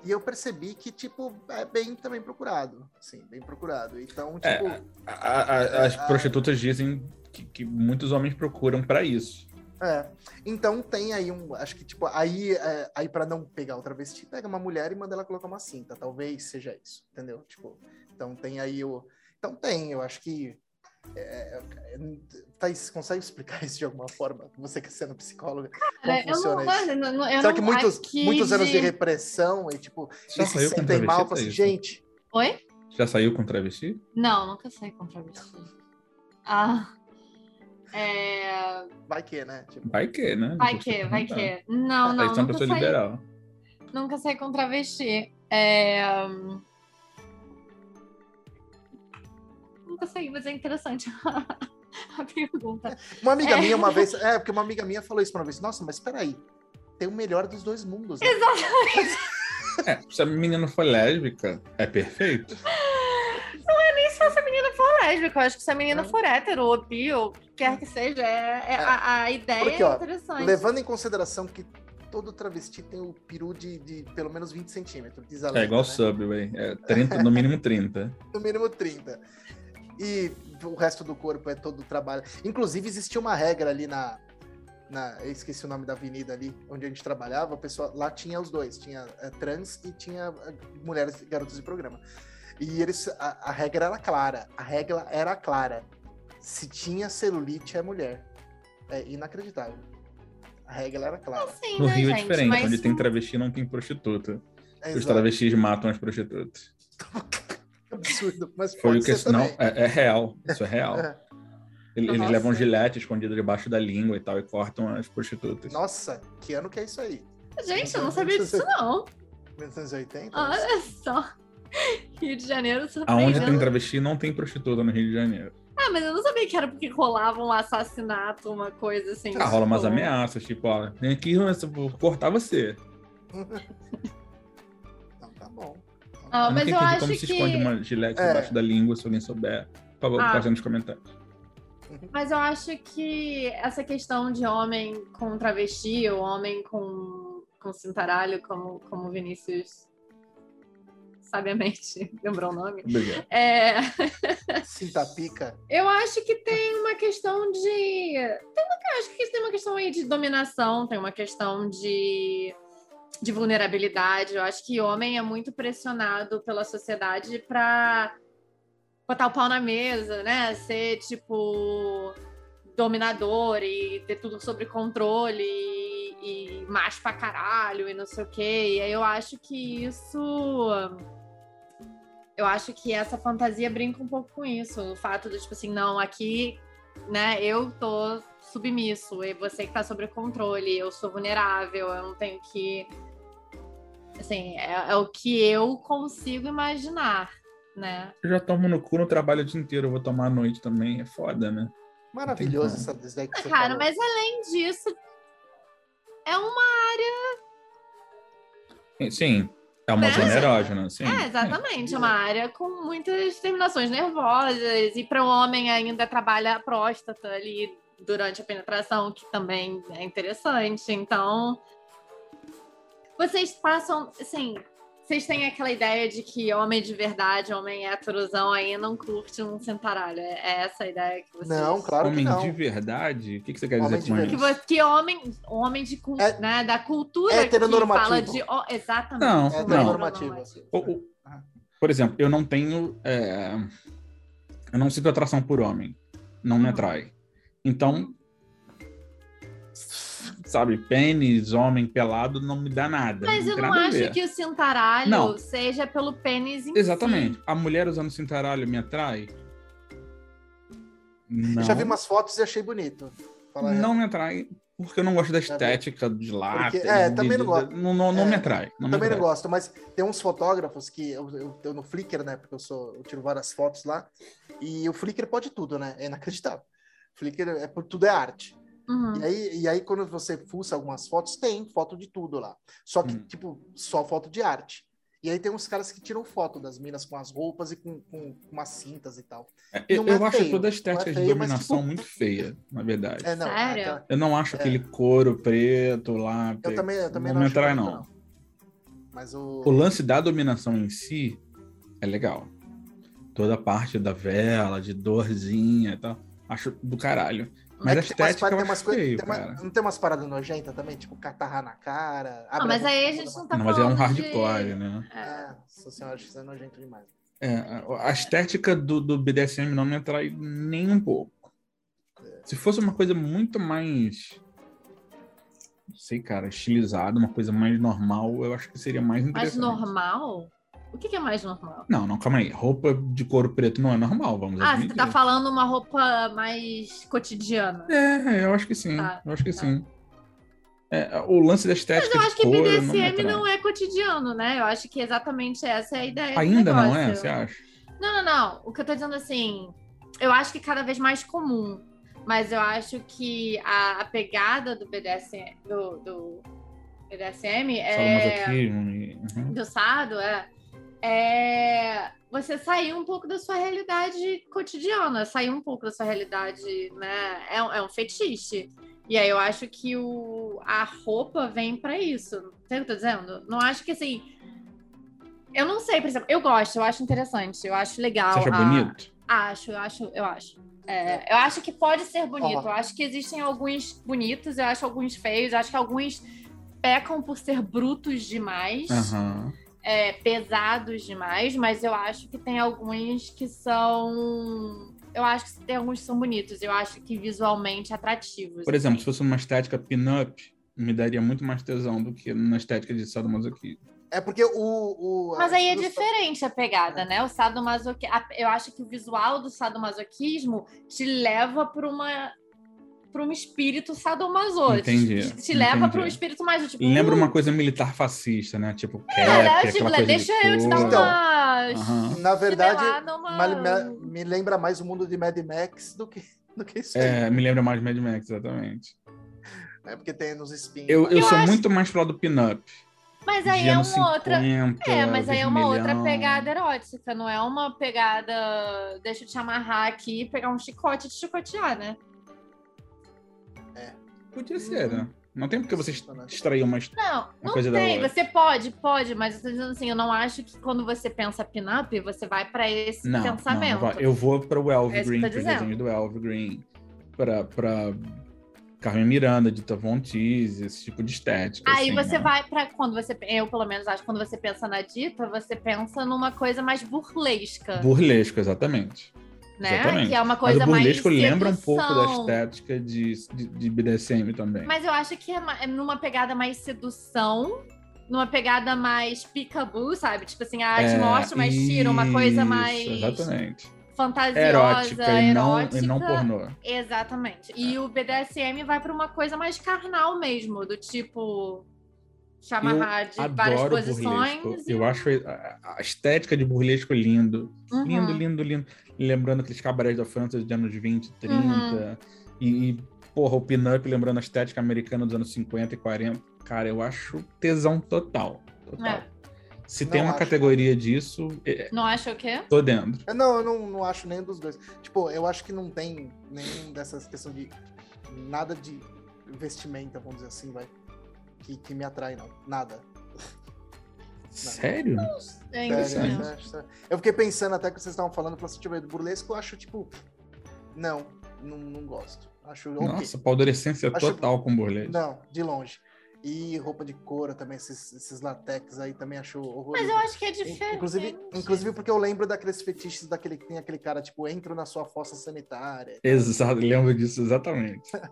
Speaker 4: e eu percebi que, tipo, é bem também procurado. Sim, bem procurado. Então,
Speaker 1: É,
Speaker 4: tipo,
Speaker 1: A- a- as
Speaker 4: Ah.
Speaker 1: prostitutas dizem que, que muitos homens procuram pra isso.
Speaker 4: É. Então tem aí um. Acho que, tipo, aí, é, aí para não pegar o travesti, pega uma mulher e manda ela colocar uma cinta. Talvez seja isso, entendeu? Tipo, então tem aí o. Então tem, eu acho que. É, é, Thaís, consegue explicar [laughs] isso de alguma forma? Você que é sendo psicóloga.
Speaker 2: Cara,
Speaker 4: Como funciona
Speaker 2: eu não,
Speaker 4: isso?
Speaker 2: eu não- eu
Speaker 4: Será
Speaker 2: não-
Speaker 4: que muitos,
Speaker 2: aqui
Speaker 4: muitos anos de
Speaker 2: de-
Speaker 4: repressão e, tipo,
Speaker 1: Já
Speaker 4: eles se
Speaker 1: saiu com
Speaker 4: sentem mal? Falam
Speaker 1: travesti?
Speaker 4: assim,
Speaker 1: Thaís?
Speaker 4: gente,
Speaker 2: Oi?
Speaker 1: Já saiu com travesti?
Speaker 2: Não, nunca sei com travesti. Ah. É...
Speaker 4: vai que, né? Tipo,
Speaker 1: Vai que, né?
Speaker 2: Vai
Speaker 1: Você
Speaker 2: que,
Speaker 1: tá
Speaker 2: vai
Speaker 1: perguntando.
Speaker 2: que. Não,
Speaker 1: Eles
Speaker 2: não,
Speaker 1: são
Speaker 2: nunca
Speaker 1: é pessoa
Speaker 2: sei,
Speaker 1: liberal.
Speaker 2: nunca sei com travesti. É... hum, Nunca sei, mas é interessante [laughs] a pergunta.
Speaker 4: Uma amiga
Speaker 2: É.
Speaker 4: minha uma vez. É, porque uma amiga minha falou isso pra uma vez. Nossa, mas peraí. Tem o melhor dos dois mundos. Né?
Speaker 1: É, se a menina for lésbica, é perfeito.
Speaker 2: Nem se essa menina for lésbica, eu acho que se a menina
Speaker 1: É.
Speaker 4: Hum.
Speaker 2: for hétero ou bi ou o que quer que seja, é, é- a, a ideia
Speaker 4: Porque, ó,
Speaker 2: é interessante.
Speaker 4: Levando em consideração que todo travesti tem o peru de, de pelo menos 20 centímetros. Diz a
Speaker 1: É
Speaker 4: lenda,
Speaker 1: igual o
Speaker 4: né?
Speaker 1: Subway. É 30, no mínimo 30.
Speaker 4: No mínimo 30. E o resto do corpo é todo trabalho. Inclusive, existia uma regra ali na. na eu esqueci o nome da avenida ali, onde a gente trabalhava. O pessoal, lá tinha os dois: tinha eh, trans e tinha eh, mulheres e garotos de programa. E eles, a, a regra era clara. A regra era clara. Se tinha celulite, é mulher. É inacreditável. A regra era clara.
Speaker 2: [laughs] Sim,
Speaker 1: No
Speaker 2: né,
Speaker 1: Rio é
Speaker 2: gente?
Speaker 1: diferente,
Speaker 2: Mas
Speaker 1: onde tem
Speaker 2: não-
Speaker 1: travesti não tem prostituta. Os
Speaker 4: É Exato.
Speaker 1: travestis matam as prostitutas.
Speaker 4: absurdo, mas
Speaker 1: Foi
Speaker 4: pode
Speaker 1: o que
Speaker 4: ser
Speaker 1: não
Speaker 4: também.
Speaker 1: é, é real, isso é
Speaker 2: [laughs]
Speaker 1: real.
Speaker 4: É.
Speaker 1: Ele- Eles
Speaker 2: Nossa.
Speaker 1: levam gilete escondido debaixo da língua e tal e cortam as prostitutas.
Speaker 4: Nossa, que ano que é isso aí?
Speaker 2: Gente, eu não sabia disso, não.
Speaker 4: 1980?
Speaker 2: Olha só. [laughs] Rio de Janeiro
Speaker 1: Tá Aonde
Speaker 2: surpreendendo.
Speaker 1: tem travesti não tem prostituta no Rio de Janeiro.
Speaker 2: Ah, mas eu não sabia que era porque rolava um assassinato, uma coisa assim.
Speaker 1: Ah, rola umas
Speaker 2: tipo,
Speaker 1: ameaças, tipo, ó, vem aqui, eu vou cortar você.
Speaker 4: Então tá bom.
Speaker 2: Ah,
Speaker 1: eu não
Speaker 2: mas eu
Speaker 1: entendi
Speaker 2: acho
Speaker 1: como se
Speaker 2: que.
Speaker 1: esconde uma gilete
Speaker 4: É.
Speaker 1: debaixo da língua, se alguém souber. Por favor,
Speaker 2: Ah.
Speaker 1: faça nos comentários.
Speaker 2: Mas eu acho que essa questão de homem com travesti ou homem com, com cintaralho, como, como o Vinícius sabiamente [laughs] lembrou o nome,
Speaker 1: Obrigado.
Speaker 2: é,
Speaker 4: Sinta pica.
Speaker 2: eu acho que tem uma questão de. Tem uma, acho que tem uma questão aí de dominação, tem uma questão de, de vulnerabilidade. Eu acho que homem é muito pressionado pela sociedade pra botar o pau na mesa, né? Ser tipo dominador e ter tudo sobre controle e, e macho pra caralho e não sei o quê. E aí eu acho que isso eu acho que essa fantasia brinca um pouco com isso. O fato do tipo assim, não, aqui, né, eu tô submisso, e você que tá sob controle, eu sou vulnerável, eu não tenho que. Assim, é, é o que eu consigo imaginar, né?
Speaker 1: Eu já tomo no cu no trabalho o dia inteiro, eu vou tomar à noite também. É foda, né?
Speaker 4: Maravilhoso essa isso daí que você
Speaker 2: Cara,
Speaker 4: falou.
Speaker 2: É mas além disso, é uma.
Speaker 1: Sim, é uma
Speaker 2: Né?
Speaker 1: zona erógena, sim.
Speaker 2: É, exatamente, é uma área com muitas terminações nervosas, e para o homem ainda trabalha a próstata ali durante a penetração, que também é interessante. Então, vocês passam, assim, vocês têm aquela ideia de que homem de verdade, homem heterosão, aí não curte um centaralho. É é essa a ideia que vocês...
Speaker 4: Não, claro que
Speaker 1: Homem de
Speaker 4: não.
Speaker 1: verdade? O que, que você quer
Speaker 4: Homem
Speaker 1: dizer
Speaker 4: de
Speaker 1: com
Speaker 2: Que,
Speaker 1: isso?
Speaker 4: verdade.
Speaker 2: vo- que homem, homem de culto,
Speaker 4: É-
Speaker 2: né, da cultura que
Speaker 4: heteronormativo.
Speaker 2: fala de... ó, exatamente.
Speaker 1: Não,
Speaker 4: É
Speaker 1: não.
Speaker 4: heteronormativo.
Speaker 1: O- o- por exemplo, eu não tenho. é, eu não sinto atração por homem. Não me
Speaker 2: Uhum.
Speaker 1: atrai. Então. Sabe, pênis, homem pelado, não me dá nada.
Speaker 2: Mas eu
Speaker 1: tem
Speaker 2: não
Speaker 1: nada a
Speaker 2: acho
Speaker 1: ver.
Speaker 2: que o cintaralho
Speaker 1: Não.
Speaker 2: seja pelo pênis em
Speaker 1: Exatamente.
Speaker 2: si.
Speaker 1: A mulher usando cintaralho me atrai? Não,
Speaker 4: Eu já vi umas fotos e achei bonito. Fala a
Speaker 1: não me atrai, porque eu não gosto da
Speaker 4: Já vi.
Speaker 1: estética de látex.
Speaker 4: Porque- é,
Speaker 1: de-
Speaker 4: também não
Speaker 1: de-
Speaker 4: gosto.
Speaker 1: Não, não, não
Speaker 4: É,
Speaker 1: me atrai. Não me
Speaker 4: Também não
Speaker 1: atrai.
Speaker 4: gosto, mas tem uns fotógrafos que eu, eu, eu no Flickr, né? Porque eu sou, eu tiro várias fotos lá. E o Flickr pode tudo, né? É inacreditável. Flickr é por tudo é arte.
Speaker 2: Uhum.
Speaker 4: E aí, e aí quando você fuça algumas fotos, tem foto de tudo lá. Só que,
Speaker 1: Hum.
Speaker 4: tipo, só foto de arte. E aí tem uns caras que tiram foto das minas com as roupas e com, com, com umas cintas e tal.
Speaker 1: É, Eu,
Speaker 4: Não é
Speaker 1: eu acho
Speaker 4: feio,
Speaker 1: toda a
Speaker 4: não
Speaker 1: estética
Speaker 4: é
Speaker 1: de
Speaker 4: feio, mas,
Speaker 1: dominação
Speaker 4: tipo,
Speaker 1: muito feia, na verdade.
Speaker 4: É, não. é
Speaker 2: Sério?
Speaker 4: aquela-
Speaker 1: Eu não acho aquele couro preto lá.
Speaker 4: Eu também, eu também
Speaker 1: não me
Speaker 4: acho
Speaker 1: atrai,
Speaker 4: bonito,
Speaker 1: não.
Speaker 4: Mas o.
Speaker 1: O lance da dominação em si é legal. Toda a parte da vela, de dorzinha e tal. Acho do caralho. Mas a
Speaker 4: é que tem umas
Speaker 1: estética
Speaker 4: paradas-
Speaker 1: eu
Speaker 4: tem umas
Speaker 1: acho
Speaker 4: coisas-
Speaker 1: feio,
Speaker 4: tem uma-
Speaker 1: cara.
Speaker 4: Não tem umas paradas nojentas também? Tipo, catarrar na cara.
Speaker 2: Não,
Speaker 4: abre
Speaker 2: mas
Speaker 4: boca,
Speaker 2: aí a
Speaker 4: toda
Speaker 2: gente
Speaker 4: uma-
Speaker 2: não tá
Speaker 1: não, mas é
Speaker 2: falando
Speaker 1: um
Speaker 2: de-
Speaker 1: hardcore, né?
Speaker 2: É.
Speaker 4: Ah, Nossa senhora, acho que isso é nojento demais.
Speaker 1: É, a a estética do, do BDSM não me atrai nem um pouco. Se fosse uma coisa muito mais. Não sei, cara, estilizada, uma coisa mais normal, eu acho que seria mais
Speaker 2: Mais
Speaker 1: interessante.
Speaker 2: normal? O que, que é mais normal?
Speaker 1: Não, não, calma aí. Roupa de couro preto não é normal, vamos
Speaker 2: Ah, você
Speaker 1: admitir.
Speaker 2: tá falando uma roupa mais cotidiana.
Speaker 1: É, eu acho que sim.
Speaker 2: Tá,
Speaker 1: eu acho que
Speaker 2: tá.
Speaker 1: sim. É, o lance da estética.
Speaker 2: Mas eu
Speaker 1: de
Speaker 2: acho que
Speaker 1: couro não me
Speaker 2: BDSM
Speaker 1: atrai.
Speaker 2: não é cotidiano, né? Eu acho que exatamente essa é a ideia. do
Speaker 1: Ainda não é,
Speaker 2: negócio.
Speaker 1: você acha?
Speaker 2: Não, não, não. O que eu tô dizendo assim, eu acho que cada vez mais comum. Mas eu acho que a, a pegada do BDSM, do, do BDSM é.
Speaker 1: Sadomasoquismo e- uhum.
Speaker 2: Do Sado é, é você sair um pouco da sua realidade cotidiana, sair um pouco da sua realidade, né? É, um- é um fetiche. E aí eu acho que o, a roupa vem pra isso. Entende o que eu tô dizendo? Não acho que assim. Eu não sei, por exemplo, eu gosto, eu acho interessante, eu acho legal.
Speaker 1: Você acha
Speaker 2: a-
Speaker 1: bonito?
Speaker 2: Acho, eu acho, eu acho. É, eu acho que pode ser bonito.
Speaker 4: Ó.
Speaker 2: Eu acho que existem alguns bonitos, eu acho alguns feios, eu acho que alguns pecam por ser brutos demais,
Speaker 1: Aham.
Speaker 2: é, pesados demais, mas eu acho que tem alguns que são. Eu acho que tem alguns que são bonitos, eu acho que visualmente atrativos.
Speaker 1: Por exemplo, se fosse uma estética pin-up, me daria muito mais tesão do que na estética de sadomasoquismo.
Speaker 4: É porque o. o-
Speaker 2: Mas
Speaker 4: a
Speaker 2: aí é
Speaker 4: indústria-
Speaker 2: diferente a pegada, né? O sadomasoquismo. Eu acho que o visual do sadomasoquismo te leva para uma para um espírito sadomaso.
Speaker 1: Entendi,
Speaker 2: Te, te leva
Speaker 1: entendi.
Speaker 2: para um espírito mais tipo.
Speaker 1: Lembra
Speaker 2: uh,
Speaker 1: uma coisa militar fascista, né? Tipo, cap,
Speaker 2: Cara,
Speaker 1: aquela
Speaker 2: tipo,
Speaker 1: coisa de
Speaker 2: deixa eu te dar
Speaker 1: couro.
Speaker 2: uma. Então,
Speaker 1: Aham.
Speaker 4: Na verdade,
Speaker 2: chinelada, uma-
Speaker 4: ma- ma- me lembra mais o mundo de Mad Max do que, do que isso aí.
Speaker 1: É, me lembra mais Mad Max, exatamente.
Speaker 4: É porque tem nos espinhos.
Speaker 1: Eu, eu
Speaker 2: Eu
Speaker 1: sou
Speaker 2: acho-
Speaker 1: muito mais pro lado pin-up.
Speaker 2: Mas aí é uma outra. É,
Speaker 1: um
Speaker 2: mas aí é uma outra pegada erótica, não é uma pegada. Deixa eu te amarrar aqui e pegar um chicote e te chicotear, né?
Speaker 1: Podia ser, né? Não tem porque você
Speaker 4: Funcionar.
Speaker 1: extrair uma. his-
Speaker 2: Não, não
Speaker 1: coisa da
Speaker 2: tem.
Speaker 1: hora.
Speaker 2: Você pode, pode, mas eu tô dizendo assim, eu não acho que quando você pensa pin-up, você vai pra esse
Speaker 1: Não, não,
Speaker 2: pensamento.
Speaker 1: não vai. eu vou para o Elv
Speaker 2: É isso que
Speaker 1: Green,
Speaker 2: eu
Speaker 1: para
Speaker 2: tô
Speaker 1: os
Speaker 2: dizendo.
Speaker 1: desenhos do Elv Green, para Carmen Miranda, Dita Von Teese, esse tipo de estética.
Speaker 2: Aí
Speaker 1: assim,
Speaker 2: você
Speaker 1: né?
Speaker 2: vai pra. quando você, eu pelo menos acho, que quando você pensa na dita, você pensa numa coisa mais burlesca,
Speaker 1: Burlesco, exatamente.
Speaker 2: né?
Speaker 1: exatamente.
Speaker 2: Que é uma
Speaker 1: Mas
Speaker 2: coisa
Speaker 1: o burlesco
Speaker 2: mais
Speaker 1: lembra um pouco da
Speaker 2: sedução.
Speaker 1: estética de, de, de BDSM também.
Speaker 2: Mas eu acho que é ma- é numa pegada mais sedução, numa pegada mais peekaboo, sabe? Tipo assim, ah, te
Speaker 1: É,
Speaker 2: mostro, mas tira, uma coisa
Speaker 1: isso,
Speaker 2: mais
Speaker 1: Exatamente.
Speaker 2: fantasiosa,
Speaker 1: Erótica, e, não,
Speaker 2: erótica.
Speaker 1: e não pornô.
Speaker 2: Exatamente. E o BDSM vai pra uma coisa mais carnal mesmo, do tipo chamarrar de várias
Speaker 1: Adoro
Speaker 2: posições.
Speaker 1: burlesco. Eu acho a, a estética de burlesco lindo.
Speaker 2: Uhum.
Speaker 1: Lindo, lindo, lindo. Lembrando aqueles cabarés da França dos anos 20, 30.
Speaker 2: Uhum.
Speaker 1: E, e, porra, o pin-up lembrando a estética americana dos anos 50 e 40. Cara, eu acho tesão total. Total.
Speaker 2: É.
Speaker 1: Se
Speaker 4: Não
Speaker 1: tem uma
Speaker 4: acho.
Speaker 1: categoria disso, é-
Speaker 2: Não acha o quê?
Speaker 1: tô dentro.
Speaker 4: Eu É, não, eu não, não acho nenhum dos dois. Tipo, eu acho que não tem nenhum dessas questões de nada de vestimenta, vamos dizer assim, vai. Que, que me atrai, não. Nada.
Speaker 1: Sério?
Speaker 2: É
Speaker 4: Sério,
Speaker 2: isso
Speaker 1: Interessante.
Speaker 2: mesmo.
Speaker 4: sério, sério. Eu fiquei pensando até que vocês estavam falando, eu falei assim, tipo, do burlesco, eu acho, tipo, não, não, não gosto. Acho ok.
Speaker 1: Nossa, paudorescência
Speaker 4: Acho-
Speaker 1: total com burlesco.
Speaker 4: Não, de longe. E roupa de couro também, esses, esses latex aí também acho horroroso.
Speaker 2: Mas eu acho que é diferente.
Speaker 4: Inclusive, inclusive porque eu lembro daqueles fetiches daquele que tem aquele cara, tipo, entro na sua fossa sanitária.
Speaker 1: Exato, lembro disso exatamente.
Speaker 2: É,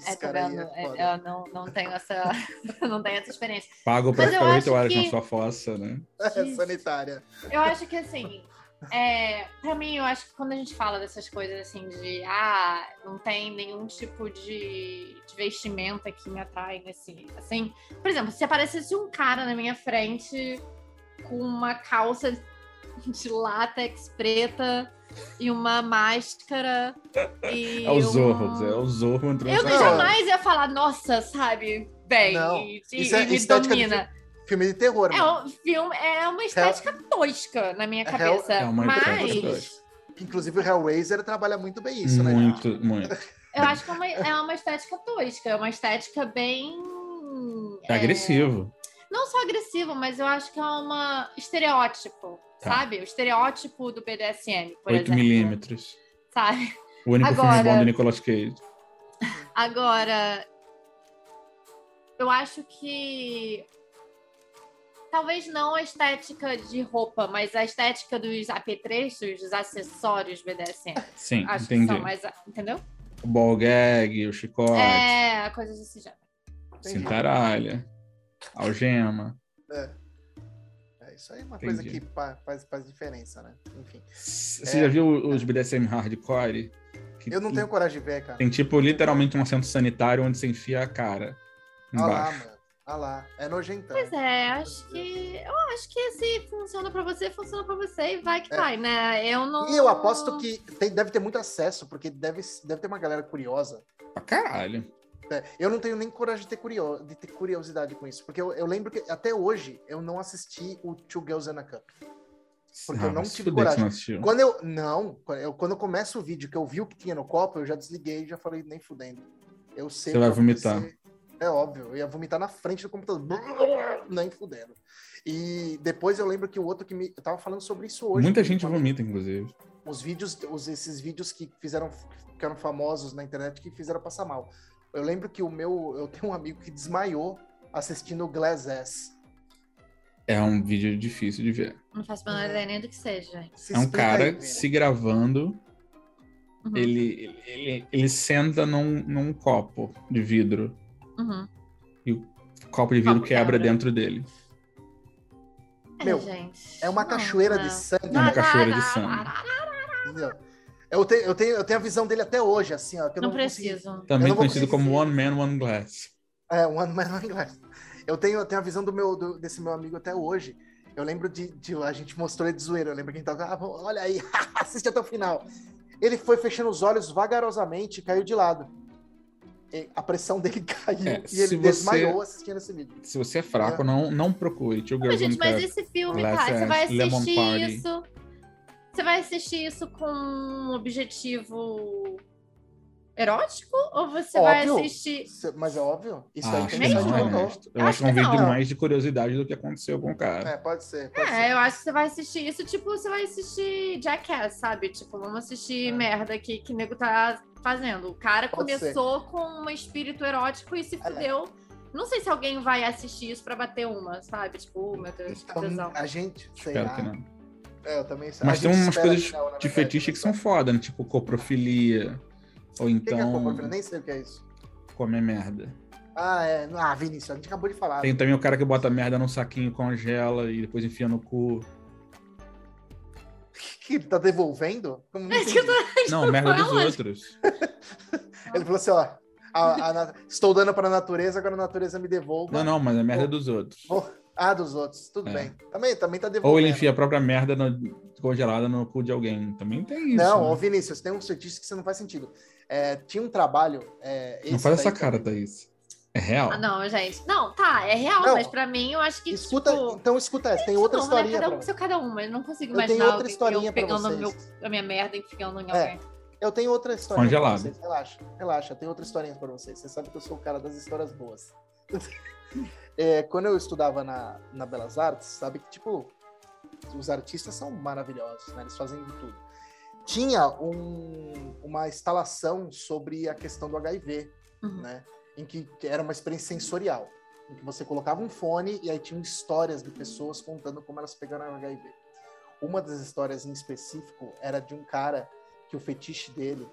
Speaker 4: Esse
Speaker 2: tá
Speaker 4: cara aí
Speaker 2: vendo?
Speaker 4: é
Speaker 2: É,
Speaker 4: foda.
Speaker 2: Eu não, não tenho essa. [laughs] não tenho essa experiência.
Speaker 1: Pago pra
Speaker 2: Mas eu
Speaker 1: ficar
Speaker 2: acho
Speaker 1: oito horas
Speaker 2: que-
Speaker 1: na sua fossa, né?
Speaker 4: [laughs] É, sanitária.
Speaker 2: Eu acho que assim. É, pra mim, eu acho que quando a gente fala dessas coisas assim de ah, não tem nenhum tipo de, de vestimenta que me atrai nesse. Assim, por exemplo, se aparecesse um cara na minha frente com uma calça de látex preta e uma máscara e.
Speaker 1: É o
Speaker 2: um-
Speaker 1: Zorro, Zé, é o Zorro entrando
Speaker 2: Eu
Speaker 1: na
Speaker 2: que
Speaker 4: Não.
Speaker 1: sala.
Speaker 2: jamais ia falar, nossa, sabe, bem,
Speaker 4: Não.
Speaker 2: e,
Speaker 4: Isso é
Speaker 2: e me
Speaker 4: estética de
Speaker 2: domina.
Speaker 4: Filme de terror,
Speaker 2: É
Speaker 4: mano.
Speaker 2: um filme, é uma estética tosca na minha
Speaker 4: É
Speaker 2: cabeça.
Speaker 1: real- é uma estética
Speaker 2: mas
Speaker 1: tosca.
Speaker 4: Inclusive o Hellraiser trabalha muito bem isso, né?
Speaker 1: Muito, muito.
Speaker 2: eu acho que é uma, é uma estética tosca, é uma estética bem.
Speaker 1: Tá
Speaker 2: é,
Speaker 1: agressivo.
Speaker 2: Não só agressiva, mas eu acho que é uma estereótipo,
Speaker 1: Tá.
Speaker 2: sabe? O estereótipo do BDSM,
Speaker 1: 8
Speaker 2: por exemplo.
Speaker 4: né?
Speaker 1: milímetros.
Speaker 2: Sabe?
Speaker 1: O único
Speaker 2: Agora-
Speaker 1: filme bom do Nicolas Cage.
Speaker 2: Agora, eu acho que talvez não a estética de roupa, mas a estética dos apetrechos, dos acessórios BDSM.
Speaker 1: Sim,
Speaker 2: Acho que
Speaker 1: entendi.
Speaker 2: são mais, entendeu?
Speaker 1: O ball gag, o chicote,
Speaker 2: É, coisas desse gênero.
Speaker 1: cintaralha, algema.
Speaker 4: É isso aí é uma
Speaker 1: Entendi.
Speaker 4: coisa que pa- faz, faz diferença, né? Enfim.
Speaker 1: C- Você já viu os BDSM hardcore? Que
Speaker 4: É. Eu não tenho coragem de ver, cara.
Speaker 1: Tem tipo literalmente um assento sanitário onde você enfia a cara.
Speaker 4: Olha Ah lá,
Speaker 1: Embaixo.
Speaker 4: mano. Olha lá. É nojentão.
Speaker 2: Pois é, acho que. Eu acho que se funciona pra você, funciona pra você e vai que
Speaker 4: É.
Speaker 2: vai, né? Eu não.
Speaker 4: E eu aposto que tem- deve ter muito acesso, porque deve, deve ter uma galera curiosa.
Speaker 1: Pra caralho.
Speaker 4: É, Eu não tenho nem coragem de ter, curio- de ter curiosidade com isso, porque eu, eu lembro que até hoje eu não assisti o Two Girls and a Cup. Porque eu não
Speaker 1: Ah, mas
Speaker 4: tive
Speaker 1: fudeu que você
Speaker 4: coragem.
Speaker 1: não assistiu.
Speaker 4: Quando eu. Não, eu- quando eu começo o vídeo que eu vi o que tinha no copo, eu já desliguei e já falei, nem fudendo. Eu
Speaker 1: Você
Speaker 4: sei. que
Speaker 1: vai
Speaker 4: eu vou
Speaker 1: vomitar.
Speaker 4: ser- É óbvio, eu ia vomitar na frente do computador. [laughs] Nem fudendo. E depois eu lembro que o outro que me. Eu tava falando sobre isso hoje.
Speaker 1: Muita
Speaker 4: que eu
Speaker 1: gente
Speaker 4: falei-
Speaker 1: vomita, inclusive.
Speaker 4: os vídeos, os, esses vídeos que fizeram, ficaram famosos na internet, que fizeram passar mal. Eu lembro que o meu, eu tenho um amigo que desmaiou assistindo o Glass Ass.
Speaker 1: É um vídeo difícil de ver.
Speaker 2: Não faço a menor ideia nem do que seja, gente.
Speaker 4: Se
Speaker 1: é um
Speaker 4: explica
Speaker 1: cara
Speaker 4: aí, Vini.
Speaker 1: se gravando,
Speaker 2: Uhum,
Speaker 1: ele, ele- ele, ele senta num, num copo de vidro.
Speaker 2: uhum.
Speaker 1: O copo de vidro
Speaker 2: Copo
Speaker 1: quebra
Speaker 2: quebra.
Speaker 1: dentro dele.
Speaker 4: Meu,
Speaker 2: é, gente.
Speaker 4: É uma
Speaker 2: não,
Speaker 4: cachoeira
Speaker 2: não.
Speaker 4: de sangue.
Speaker 1: É uma
Speaker 4: velho,
Speaker 1: cachoeira de sangue.
Speaker 4: entendeu? Eu tenho, eu, tenho, eu tenho a visão dele até hoje, assim, ó. Que eu
Speaker 2: Não,
Speaker 4: consegui-
Speaker 2: preciso.
Speaker 4: Eu
Speaker 1: Também
Speaker 4: não vou
Speaker 1: conhecido como One
Speaker 4: conseguir
Speaker 1: Man, One Glass.
Speaker 4: É, um ano mais no inglês. Eu tenho, eu tenho a visão do meu, do- desse meu amigo até hoje. Eu lembro de, de- A gente mostrou ele de zoeira. Eu lembro que a gente tava. Ah, bom, olha aí, [laughs] assiste até o final. Ele foi fechando os olhos vagarosamente e caiu de lado. a pressão dele [laughs] caiu
Speaker 1: É,
Speaker 4: e ele
Speaker 1: se você-
Speaker 4: desmaiou assistindo esse vídeo.
Speaker 1: Se você é fraco, não, não procure. Two
Speaker 2: Pô,
Speaker 1: Girls One
Speaker 2: gente, mas
Speaker 1: Cup.
Speaker 2: esse filme,
Speaker 1: Last
Speaker 2: cara, você vai
Speaker 1: Dance, Lemon
Speaker 2: assistir
Speaker 1: Party.
Speaker 2: isso. Você vai assistir isso com um objetivo erótico? Ou você vai
Speaker 4: Óbvio.
Speaker 2: assistir.
Speaker 4: Cê- Mas é óbvio, isso aí
Speaker 1: Acho
Speaker 4: tem
Speaker 1: que
Speaker 4: muita
Speaker 2: mesmo?
Speaker 1: não,
Speaker 4: gente
Speaker 1: é
Speaker 4: mandou.
Speaker 1: honesto. Eu
Speaker 2: Acho
Speaker 1: acho que é um
Speaker 2: que
Speaker 1: vídeo
Speaker 4: não.
Speaker 1: mais de curiosidade do que aconteceu com o cara.
Speaker 4: É, pode ser, pode ser.
Speaker 2: É, eu acho que você vai assistir isso, tipo, você vai assistir Jackass, sabe? Tipo, vamos assistir
Speaker 4: É.
Speaker 2: merda que, que nego tá fazendo. O cara
Speaker 4: Pode ser. É
Speaker 2: começou com um espírito erótico e se fudeu. Não sei se alguém vai assistir isso pra bater uma, sabe? Tipo, oh, meu Deus, que
Speaker 4: Então,
Speaker 2: tesão.
Speaker 4: a gente, sei
Speaker 1: Espero
Speaker 4: lá.
Speaker 1: que não.
Speaker 4: É, eu também sei.
Speaker 1: Mas
Speaker 4: A
Speaker 1: tem
Speaker 4: gente
Speaker 1: umas
Speaker 4: espera
Speaker 1: coisas
Speaker 4: que não, na
Speaker 1: De
Speaker 4: verdade,
Speaker 1: fetiche que são
Speaker 4: mas-
Speaker 1: foda, né? Tipo coprofilia. Ou
Speaker 4: O que, que é
Speaker 1: então
Speaker 4: coprofilia? Nem sei o que é isso.
Speaker 1: comer merda.
Speaker 4: Ah, é. Ah, Vinícius, a gente acabou de falar.
Speaker 1: Tem também o cara que bota merda num saquinho, congela e depois enfia no cu.
Speaker 4: que, que ele tá devolvendo? Como [laughs] não
Speaker 2: É isso que eu [laughs]
Speaker 4: entendi.
Speaker 1: Não, merda dos
Speaker 2: fala.
Speaker 1: outros.
Speaker 4: Ele falou assim, ó. a- a na- Estou dando para a natureza, agora a natureza me devolva.
Speaker 1: Não, não, mas é merda dos outros.
Speaker 4: Ah, dos outros, tudo
Speaker 1: É.
Speaker 4: bem. Também, também tá devolvendo.
Speaker 1: Ou ele enfia a própria merda no- congelada no cu de alguém. Também tem isso.
Speaker 4: Não, ô
Speaker 1: né?
Speaker 4: Vinícius, tem um fetiche que você não faz sentido. É, tinha um trabalho. é,
Speaker 1: não
Speaker 4: esse
Speaker 1: faz essa
Speaker 4: daí
Speaker 1: cara,
Speaker 4: também.
Speaker 1: Thaís. É real.
Speaker 2: Ah, não, gente. Não, tá, é real,
Speaker 4: Não.
Speaker 2: mas pra mim eu acho que.
Speaker 4: Escuta,
Speaker 2: tipo,
Speaker 4: então escuta essa, tem
Speaker 2: de
Speaker 4: outra
Speaker 2: novo, né?
Speaker 4: historinha.
Speaker 2: Cada um
Speaker 4: pra-
Speaker 2: com seu cada uma. Eu não consigo
Speaker 4: Eu tenho
Speaker 2: imaginar
Speaker 4: outra
Speaker 2: alguém-
Speaker 4: historinha
Speaker 2: eu
Speaker 4: pra
Speaker 2: pegando
Speaker 4: vocês.
Speaker 2: meu- a minha merda e enfiando em
Speaker 4: É.
Speaker 2: alguém.
Speaker 4: Eu tenho outra historinha
Speaker 1: Congelado.
Speaker 4: pra vocês. Relaxa, relaxa. Eu tenho outra historinha pra vocês. Você sabe que eu sou o cara das histórias boas. [laughs] É, quando eu estudava na, na Belas Artes, sabe que, tipo, os artistas são maravilhosos, né? Eles fazem de tudo. Tinha um- uma instalação sobre a questão do HIV,
Speaker 2: Uhum.
Speaker 4: né? Em que era uma experiência sensorial. Em que você colocava um fone e aí tinham histórias de pessoas contando como elas pegaram HIV. Uma das histórias em específico era de um cara que o fetiche dele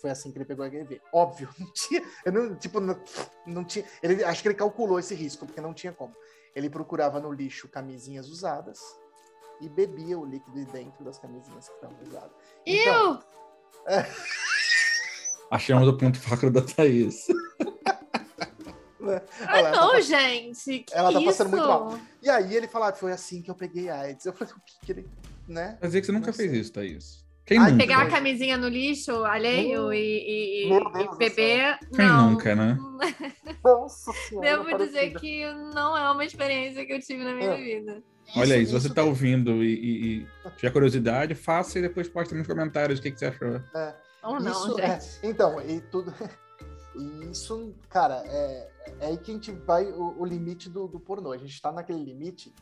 Speaker 4: foi assim que ele pegou HIV. Óbvio, [laughs] não tinha, eu não, tipo, não, não tinha, ele, acho que ele calculou esse risco, porque não tinha como. Ele procurava no lixo camisinhas usadas e bebia o líquido de dentro das camisinhas que estavam usadas. Então,
Speaker 2: Eu!
Speaker 1: Achamos o ponto fraco da
Speaker 4: [laughs]
Speaker 1: Thaís.
Speaker 4: olha
Speaker 2: Ah,
Speaker 4: lá, ela tá
Speaker 2: não,
Speaker 4: passando-
Speaker 2: gente! Que
Speaker 4: ela tá passando
Speaker 2: isso?
Speaker 4: muito mal. E aí ele falava, foi assim que eu peguei AIDS. Eu falei, o que que ele, né?
Speaker 2: [laughs]
Speaker 1: Quer dizer que você nunca
Speaker 4: Nossa.
Speaker 1: fez isso, Thaís. Quem
Speaker 4: Ai,
Speaker 1: nunca?
Speaker 2: Pegar a camisinha no lixo alheio
Speaker 4: Hum.
Speaker 2: e, e- e-
Speaker 4: Meu
Speaker 2: e
Speaker 4: Deus do
Speaker 2: beber.
Speaker 1: Quem
Speaker 2: não.
Speaker 1: nunca, né?
Speaker 4: Nossa senhora.
Speaker 2: Devo dizer
Speaker 4: parecida.
Speaker 2: que não é uma experiência que eu tive na minha
Speaker 4: É.
Speaker 2: vida.
Speaker 1: Olha aí, se
Speaker 4: Isso-
Speaker 1: você
Speaker 4: isso
Speaker 1: tá ouvindo e, e- e tiver curiosidade, faça e depois posta nos comentários o que, que você achou.
Speaker 2: Ou não,
Speaker 4: Isso,
Speaker 2: gente.
Speaker 4: é. Então, e tudo. [laughs] E isso, cara, é, é aí que a gente vai o, o limite do, do pornô. A gente tá naquele limite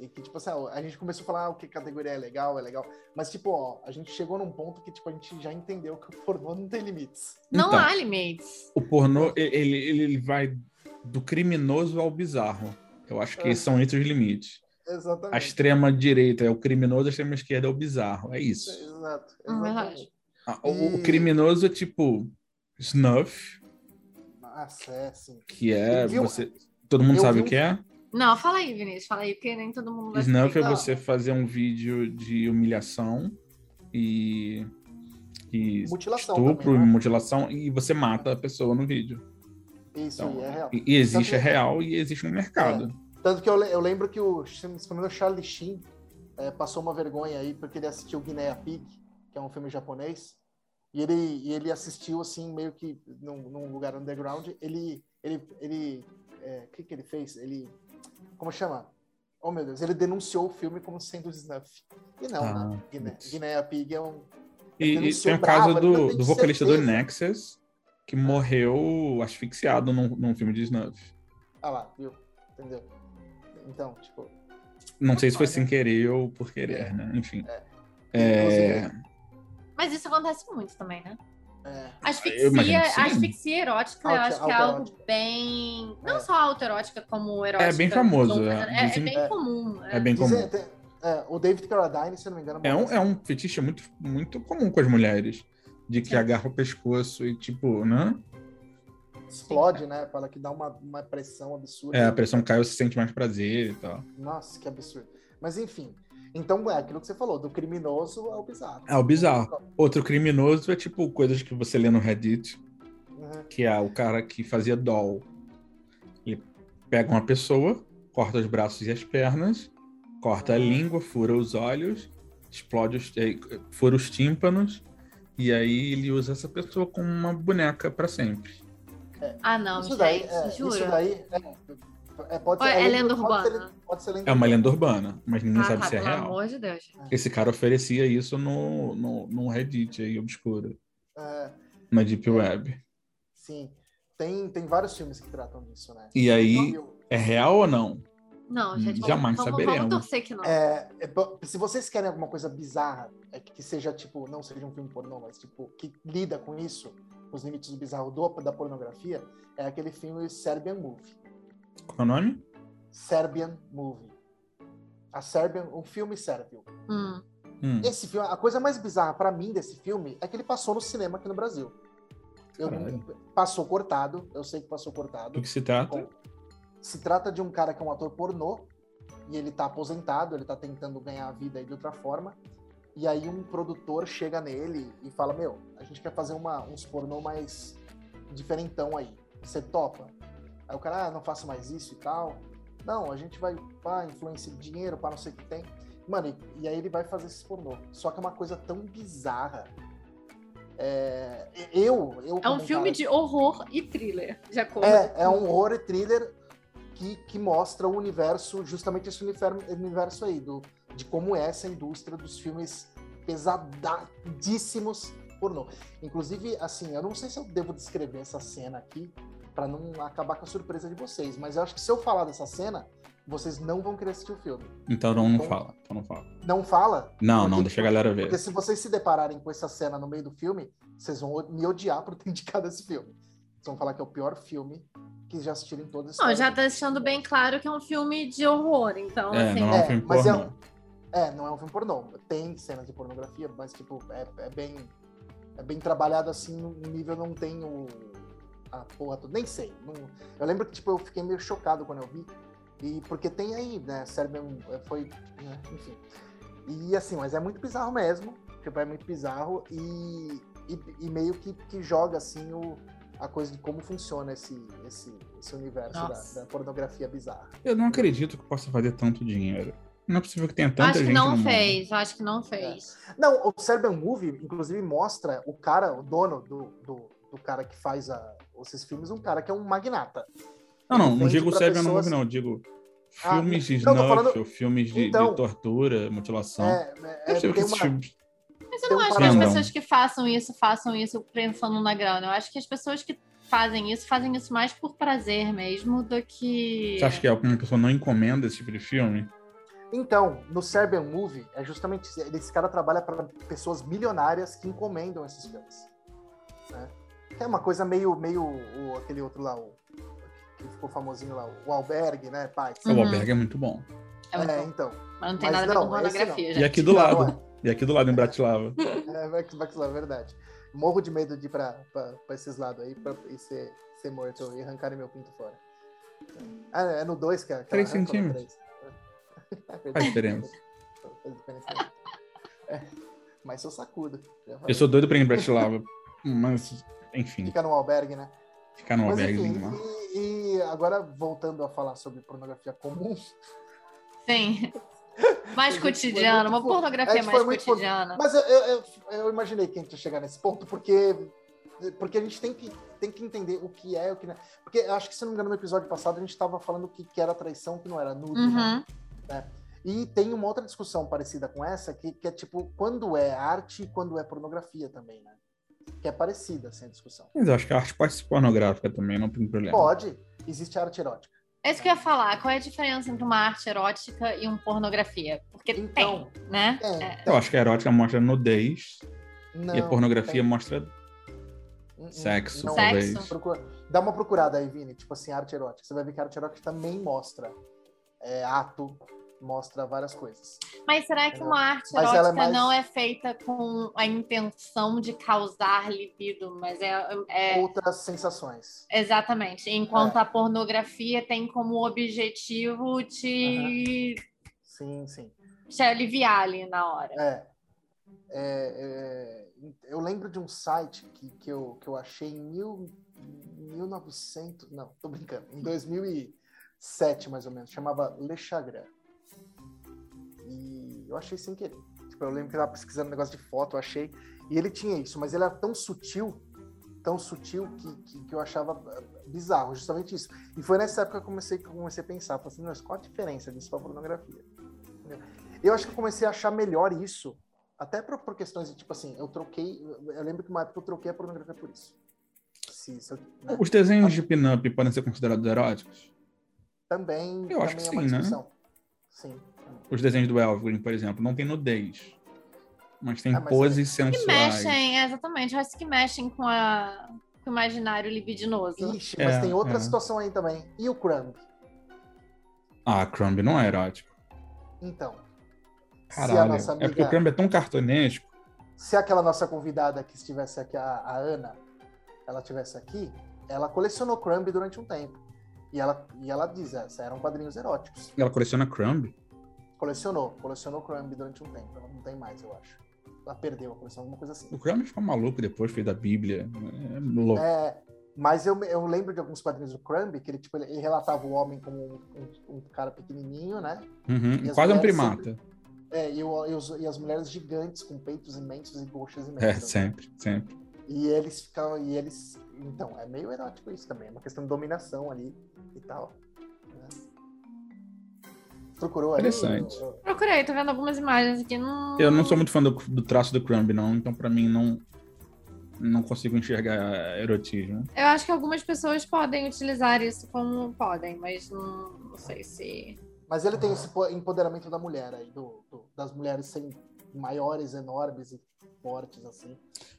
Speaker 4: e que, tipo assim, ó, a gente começou a falar ah, o que categoria é legal, é legal. Mas, tipo, ó, a gente chegou num ponto que, tipo, a gente já entendeu que o pornô não tem limites.
Speaker 2: Não
Speaker 1: Então.
Speaker 2: há limites.
Speaker 1: O pornô, e- ele, ele, ele vai do criminoso ao bizarro. Eu acho que
Speaker 4: É.
Speaker 1: são esses os limites. A
Speaker 4: Exatamente.
Speaker 1: extrema direita é o criminoso, a extrema esquerda é o bizarro. É isso.
Speaker 4: Exato.
Speaker 2: Hum,
Speaker 4: Exatamente.
Speaker 1: Ah, O, o
Speaker 4: E-
Speaker 1: criminoso é tipo Snuff,
Speaker 4: Nossa, é assim.
Speaker 1: que é
Speaker 4: Eu vi um-
Speaker 1: você. Todo mundo
Speaker 4: eu
Speaker 1: sabe
Speaker 4: vi um
Speaker 1: o que é?
Speaker 2: Não, fala aí, Vinícius, fala aí, porque nem todo mundo vai
Speaker 1: Snuff é
Speaker 2: saber.
Speaker 1: você fazer um vídeo de humilhação e. e
Speaker 4: Mutilação
Speaker 1: estupro
Speaker 4: também, né?
Speaker 1: e mutilação e você mata a pessoa no vídeo.
Speaker 4: Isso,
Speaker 1: Então,
Speaker 4: é real. É.
Speaker 1: E, e existe é
Speaker 4: Tanto-
Speaker 1: real e existe no mercado.
Speaker 4: Tanto que eu, le- eu lembro que o, se não me engano, o Charlie Sheen eh, passou uma vergonha aí porque ele assistiu Guinea Pig, que é um filme japonês, e ele, e ele assistiu assim, meio que num, num lugar underground. Ele. ele, ele eh, o que, que ele fez? Ele. Como chama? Oh meu Deus, ele denunciou o filme como sendo snuff. E não,
Speaker 1: Ah,
Speaker 4: né? Guiné,
Speaker 1: putz.
Speaker 4: Guinea Pig é um.
Speaker 1: E,
Speaker 4: Eu não
Speaker 1: e
Speaker 4: sou
Speaker 1: tem o
Speaker 4: bravo,
Speaker 1: caso
Speaker 4: eu
Speaker 1: do,
Speaker 4: tenho
Speaker 1: do vocalista do
Speaker 4: certeza.
Speaker 1: Nexus que morreu asfixiado num, num filme de Snuff.
Speaker 4: Ah lá, viu? Entendeu? Então, tipo.
Speaker 1: Não sei se foi
Speaker 4: Olha.
Speaker 1: sem querer ou por querer, né? Enfim.
Speaker 4: É.
Speaker 1: É,
Speaker 2: Mas isso acontece muito também, né?
Speaker 4: É,
Speaker 1: Eu
Speaker 2: Asfixia,
Speaker 1: imagino que sim.
Speaker 2: asfixia erótica, eu
Speaker 4: Auto-
Speaker 2: acho que é
Speaker 4: autoerótica.
Speaker 2: algo bem. Não
Speaker 4: É.
Speaker 2: só autoerótica, como erótica.
Speaker 1: É bem famoso,
Speaker 2: Não,
Speaker 1: é.
Speaker 2: É, é
Speaker 1: Dizem-
Speaker 2: bem
Speaker 4: É.
Speaker 2: comum.
Speaker 1: é bem
Speaker 4: Dizem-
Speaker 1: comum.
Speaker 4: tem- é, o David Carradine, se eu não me engano,
Speaker 1: É um,
Speaker 4: morreu
Speaker 1: é um fetiche muito, muito comum com as mulheres. De que
Speaker 2: Sim.
Speaker 1: agarra o pescoço e, tipo, né?
Speaker 4: explode, né? Fala que dá uma, uma pressão absurda.
Speaker 1: É, a pressão cai, você sente mais prazer e tal.
Speaker 4: Nossa, que absurdo. Mas enfim. Então é aquilo que você falou, do criminoso ao bizarro.
Speaker 1: É o bizarro. Outro criminoso é tipo coisas que você lê no Reddit,
Speaker 4: Uhum.
Speaker 1: que é o cara que fazia doll. Ele pega uma pessoa, corta os braços e as pernas, corta a
Speaker 4: Uhum.
Speaker 1: língua, fura os olhos, explode os, eh, fura os tímpanos, e aí ele usa essa pessoa como uma boneca pra sempre.
Speaker 2: Ah, não,
Speaker 4: isso
Speaker 2: gente,
Speaker 4: daí, é,
Speaker 2: juro.
Speaker 4: isso daí é, é, pode
Speaker 2: Ou
Speaker 4: ser,
Speaker 2: é lenda
Speaker 4: pode
Speaker 2: urbana?
Speaker 4: Ser, pode ser lenda
Speaker 1: É uma lenda urbana, mas ninguém
Speaker 2: ah,
Speaker 1: sabe
Speaker 2: tá,
Speaker 1: se é
Speaker 2: pelo
Speaker 1: real.
Speaker 2: amor de Deus.
Speaker 1: Esse cara oferecia isso no, no, no Reddit aí obscuro,
Speaker 4: É,
Speaker 1: na Deep Web.
Speaker 4: sim. Tem, tem vários filmes que tratam disso, né?
Speaker 1: E aí,
Speaker 4: Então, eu-
Speaker 1: é real ou não?
Speaker 2: Não, gente, vamos,
Speaker 1: Hum, Jamais
Speaker 2: vamos,
Speaker 1: saberemos.
Speaker 2: vamos torcer que não.
Speaker 4: é, é bo- se vocês querem alguma coisa bizarra, é que que seja tipo, não seja um filme pornô, mas tipo, que lida com isso, com os limites do bizarro do, da pornografia, é aquele filme Serbian Movie.
Speaker 1: Qual é o nome?
Speaker 4: Serbian Movie. A Serbian, um filme sérbio.
Speaker 2: Hum.
Speaker 1: Hum.
Speaker 4: Esse filme, a coisa mais bizarra pra mim desse filme é que ele passou no cinema aqui no Brasil. Eu não- passou cortado, eu sei que passou cortado.
Speaker 1: Do que se trata?
Speaker 4: Se trata de um cara que é um ator pornô e ele tá aposentado, ele tá tentando ganhar a vida aí de outra forma. E aí um produtor chega nele e fala: "Meu, a gente quer fazer uma- uns pornô mais diferentão aí. Você topa?" Aí o cara: "Ah, não faço mais isso e tal. Não, a gente vai pá, influência de dinheiro para não sei o que tem." Mano, e, e aí ele vai fazer esse pornô. Só que é uma coisa tão bizarra. É, eu, eu
Speaker 2: É um
Speaker 4: como
Speaker 2: filme
Speaker 4: cara-
Speaker 2: de horror e thriller, de acordo.
Speaker 4: é, é um horror e thriller que, que mostra o universo, justamente esse universo, universo aí, do, de como é essa indústria dos filmes pesadíssimos pornô. Inclusive, assim, eu não sei se eu devo descrever essa cena aqui pra não acabar com a surpresa de vocês, mas eu acho que se eu falar dessa cena, vocês não vão querer assistir o filme.
Speaker 1: Então não, não fala. Então não fala.
Speaker 4: Não fala?
Speaker 1: Não,
Speaker 4: Porque-
Speaker 1: não, deixa a galera ver.
Speaker 4: Porque se vocês se depararem com essa cena no meio do filme, vocês vão o- me odiar por ter [laughs] indicado esse filme. Vocês vão falar que é o pior filme que já assistiram em toda a
Speaker 2: Não,
Speaker 4: história.
Speaker 2: já tá deixando bem claro que é um filme de horror, então,
Speaker 1: É,
Speaker 2: assim,
Speaker 1: não é um
Speaker 4: é,
Speaker 1: filme
Speaker 4: mas é
Speaker 1: pornô.
Speaker 4: É, não é um filme pornô. Tem cenas de pornografia, mas tipo, é, é bem é bem trabalhado assim, no nível não tem o a porra toda, nem sei. não- eu lembro que tipo eu fiquei meio chocado quando eu vi. E porque tem aí, né, Sérgio foi, né, enfim. E assim, mas é muito bizarro mesmo, tipo, é muito bizarro e, e, e meio que, que joga assim o a coisa de como funciona esse esse, esse universo da,
Speaker 2: Nossa.
Speaker 4: da pornografia bizarra.
Speaker 1: Eu não acredito que possa fazer tanto dinheiro. Não é possível que tenha tanta
Speaker 2: acho
Speaker 1: gente
Speaker 2: que não
Speaker 1: no mundo.
Speaker 2: fez, acho que não
Speaker 4: É.
Speaker 2: fez.
Speaker 4: Não, o Serbian Movie, inclusive, mostra o cara, o dono do, do, do cara que faz a- esses filmes, um cara que é um magnata.
Speaker 1: Não, não, não
Speaker 4: Vende
Speaker 1: digo
Speaker 4: pra
Speaker 1: Serbian
Speaker 4: pessoas-
Speaker 1: Movie, não. eu Digo
Speaker 4: Ah,
Speaker 1: filmes de
Speaker 4: não, tô
Speaker 1: snuff,
Speaker 4: falando-
Speaker 1: ou filmes de, de
Speaker 4: Então.
Speaker 1: tortura, mutilação.
Speaker 4: É, é,
Speaker 1: Deve ser Então, que
Speaker 4: tem
Speaker 1: esses
Speaker 4: uma-
Speaker 1: filmes-
Speaker 2: Mas eu não
Speaker 4: Tem um
Speaker 2: acho que as
Speaker 1: paralelo.
Speaker 2: pessoas que façam isso, façam isso pensando na grana. Eu acho que as pessoas que fazem isso, fazem isso mais por prazer mesmo do que...
Speaker 4: É.
Speaker 1: Você acha que alguma pessoa não encomenda esse tipo de filme?
Speaker 4: Então, no Serbian Movie, é justamente isso, esse cara trabalha para pessoas milionárias que encomendam esses filmes. né? Que É uma coisa meio, meio o- aquele outro lá, o, que ficou famosinho lá, o Albergue, né, pai?
Speaker 1: O
Speaker 2: Uhum.
Speaker 1: Albergue é muito bom.
Speaker 2: É muito
Speaker 4: É,
Speaker 2: bom.
Speaker 4: então.
Speaker 2: Mas não tem
Speaker 4: mas
Speaker 2: nada a ver
Speaker 4: não,
Speaker 2: com
Speaker 4: esse não.
Speaker 2: pornografia,
Speaker 1: E
Speaker 2: gente.
Speaker 4: [laughs]
Speaker 1: aqui do
Speaker 4: Não,
Speaker 1: lado.
Speaker 4: é.
Speaker 1: E aqui do lado, em Bratislava.
Speaker 4: É, vai que vai que lá, é verdade. Morro de medo de ir pra, pra, pra esses lados aí pra, e ser, ser morto e arrancarem meu pinto fora. Ah, é no 2 que é. que ela
Speaker 1: Três
Speaker 4: arranca ou no
Speaker 1: centímetros.
Speaker 4: três?
Speaker 1: Faz diferença.
Speaker 4: Faz diferença, né? É, Mas eu sacudo. Já falei.
Speaker 1: Eu sou doido pra ir em Bratislava. mas, enfim,
Speaker 4: Fica no albergue, né?
Speaker 1: ficar num
Speaker 4: Mas
Speaker 1: alberguezinho
Speaker 4: enfim,
Speaker 1: lá.
Speaker 4: e, e agora voltando a falar sobre pornografia comum,
Speaker 2: Sim.
Speaker 4: [laughs]
Speaker 2: Mais
Speaker 4: Gente, foi
Speaker 2: cotidiana,
Speaker 4: muito
Speaker 2: uma
Speaker 4: fo-
Speaker 2: pornografia
Speaker 4: É, foi
Speaker 2: mais
Speaker 4: muito fo-
Speaker 2: cotidiana.
Speaker 4: Mas eu, eu, eu- eu imaginei que a gente ia chegar nesse ponto, porque, porque a gente tem que, tem que entender o que é o que não é. Porque eu acho que, se não me engano, no episódio passado a gente estava falando o que, que era traição, o que não era nudo. né?
Speaker 2: Uhum.
Speaker 4: E tem uma outra discussão parecida com essa, que, que é tipo, quando é arte e quando é pornografia também, né? Que é parecida, assim, a discussão.
Speaker 1: Mas eu acho que a arte pode ser pornográfica também, não tem problema.
Speaker 4: Pode, existe arte erótica.
Speaker 2: É isso que eu ia falar. Qual é a diferença entre uma arte erótica e uma pornografia? Porque
Speaker 4: Então,
Speaker 2: tem, né?
Speaker 4: tem.
Speaker 2: É.
Speaker 1: Eu acho que a erótica mostra nudez
Speaker 4: Não,
Speaker 1: e a pornografia mostra
Speaker 4: tem.
Speaker 1: sexo,
Speaker 4: Não, é.
Speaker 1: talvez.
Speaker 2: Sexo.
Speaker 4: Procura- Dá uma procurada aí, Vini, tipo assim, arte erótica. Você vai ver que a arte erótica também mostra é, ato, mostra várias coisas.
Speaker 2: Mas será que uma arte
Speaker 4: Mas
Speaker 2: erótica
Speaker 4: ela é mais-
Speaker 2: não é feita com a intenção de causar libido? Mas é, é-
Speaker 4: Outras sensações.
Speaker 2: exatamente. Enquanto a pornografia tem como objetivo te,
Speaker 4: Sim, sim.
Speaker 2: te aliviar ali na hora.
Speaker 4: É. É, é, eu lembro de um site que, que, eu, que eu achei em mil, 1900. Não, tô brincando. Em 2007, mais ou menos. Chamava Le Chagrin. E eu achei sem querer. Tipo, eu lembro que eu tava pesquisando um negócio de foto, eu achei. E ele tinha isso, mas ele era tão sutil, tão sutil que, que, que eu achava ah, bizarro, justamente isso. E foi nessa época que eu comecei, que eu comecei a pensar, falei assim, mas qual a diferença disso pra pornografia? Entendeu? Eu acho que eu comecei a achar melhor isso, até por, por questões de, tipo assim, eu troquei, eu lembro que uma época eu troquei a pornografia por isso. Se- se eu- né?
Speaker 1: Os desenhos de pin-up podem ser considerados eróticos?
Speaker 4: Também,
Speaker 1: Eu acho
Speaker 4: também
Speaker 1: que
Speaker 4: é uma
Speaker 1: sim, né?
Speaker 4: discussão. Sim.
Speaker 1: Os desenhos do Elvin, por exemplo, não tem nudez, mas tem
Speaker 4: Ah, mas
Speaker 1: poses
Speaker 2: Que
Speaker 1: sensuais.
Speaker 2: mexem, é, exatamente, eu acho que mexem com, a, com o imaginário libidinoso.
Speaker 4: Ixi, mas
Speaker 1: É,
Speaker 4: tem outra
Speaker 1: é.
Speaker 4: situação aí também. E o Crumb?
Speaker 1: Ah, Crumb não é erótico.
Speaker 4: Então. Se a
Speaker 1: Caralho.
Speaker 4: nossa
Speaker 1: É porque o
Speaker 4: amiga,
Speaker 1: Crumb é tão cartunesco.
Speaker 4: se aquela nossa convidada que estivesse aqui, a, a Ana, ela estivesse aqui, ela colecionou Crumb durante um tempo. E ela, e ela diz, "É, essa eram quadrinhos eróticos.
Speaker 1: Ela coleciona Crumb?
Speaker 4: Colecionou, colecionou Crumb durante um tempo. Ela não tem mais, eu acho. Ela perdeu a coleção, alguma coisa assim.
Speaker 1: O Crumb ficou maluco depois, fez da Bíblia. É louco.
Speaker 4: É, mas eu, eu lembro de alguns quadrinhos do Crumb que ele, tipo, ele, ele relatava o homem como um, um- um cara pequenininho, né?
Speaker 1: Uhum,
Speaker 4: E as
Speaker 1: Quase um
Speaker 4: mulheres
Speaker 1: primata.
Speaker 4: É, e, o- e os- e as mulheres gigantes com peitos imensos e coxas
Speaker 1: É,
Speaker 4: imensas.
Speaker 1: sempre, sempre.
Speaker 4: E eles ficavam. E eles. Então, é meio erótico isso também. É uma questão de dominação ali e tal. né? Procurou aí?
Speaker 1: Interessante.
Speaker 4: o- o-
Speaker 2: Procurei, tô vendo algumas imagens aqui. Não...
Speaker 1: Eu não sou muito fã do, do traço do Crumb, não, então pra mim não, não consigo enxergar erotismo.
Speaker 2: Eu acho que algumas pessoas podem utilizar isso como podem, mas não, não sei se.
Speaker 4: Mas ele tem esse po- empoderamento da mulher aí, do, do- das mulheres sem maiores, enormes e fortes, assim.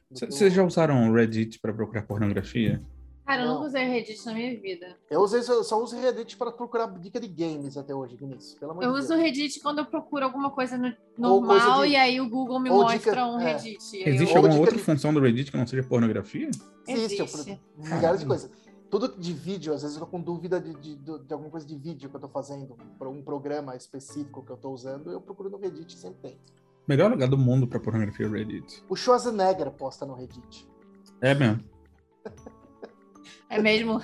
Speaker 4: do
Speaker 1: C-
Speaker 4: que o-
Speaker 1: Vocês já usaram o Reddit pra procurar pornografia?
Speaker 2: Cara, eu
Speaker 4: Não.
Speaker 2: nunca usei Reddit na minha vida.
Speaker 4: Eu usei, só só uso Reddit para procurar dica de games até hoje, Vinícius. Pelo amor
Speaker 2: Eu
Speaker 4: de
Speaker 2: uso o
Speaker 4: Deus.
Speaker 2: Reddit quando eu procuro alguma coisa no-
Speaker 4: Ou coisa
Speaker 2: normal
Speaker 4: de-
Speaker 2: e aí o Google me
Speaker 4: ou
Speaker 2: mostra
Speaker 4: dica-
Speaker 2: um
Speaker 4: é.
Speaker 2: Reddit. Aí
Speaker 1: Existe
Speaker 2: eu...
Speaker 1: alguma
Speaker 4: dica
Speaker 1: outra
Speaker 4: de-
Speaker 1: função do Reddit que não seja pornografia?
Speaker 4: Existe,
Speaker 2: Existe.
Speaker 4: Eu, milhares de
Speaker 1: Uhum.
Speaker 4: coisas. Tudo de vídeo, às vezes eu tô com dúvida de, de, de- de alguma coisa de vídeo que eu tô fazendo, para um programa específico que eu tô usando, eu procuro no Reddit, sempre tem.
Speaker 1: Melhor lugar do mundo pra pornografia é o Reddit.
Speaker 4: O Schwarzenegger posta no Reddit.
Speaker 1: É mesmo.
Speaker 2: É mesmo?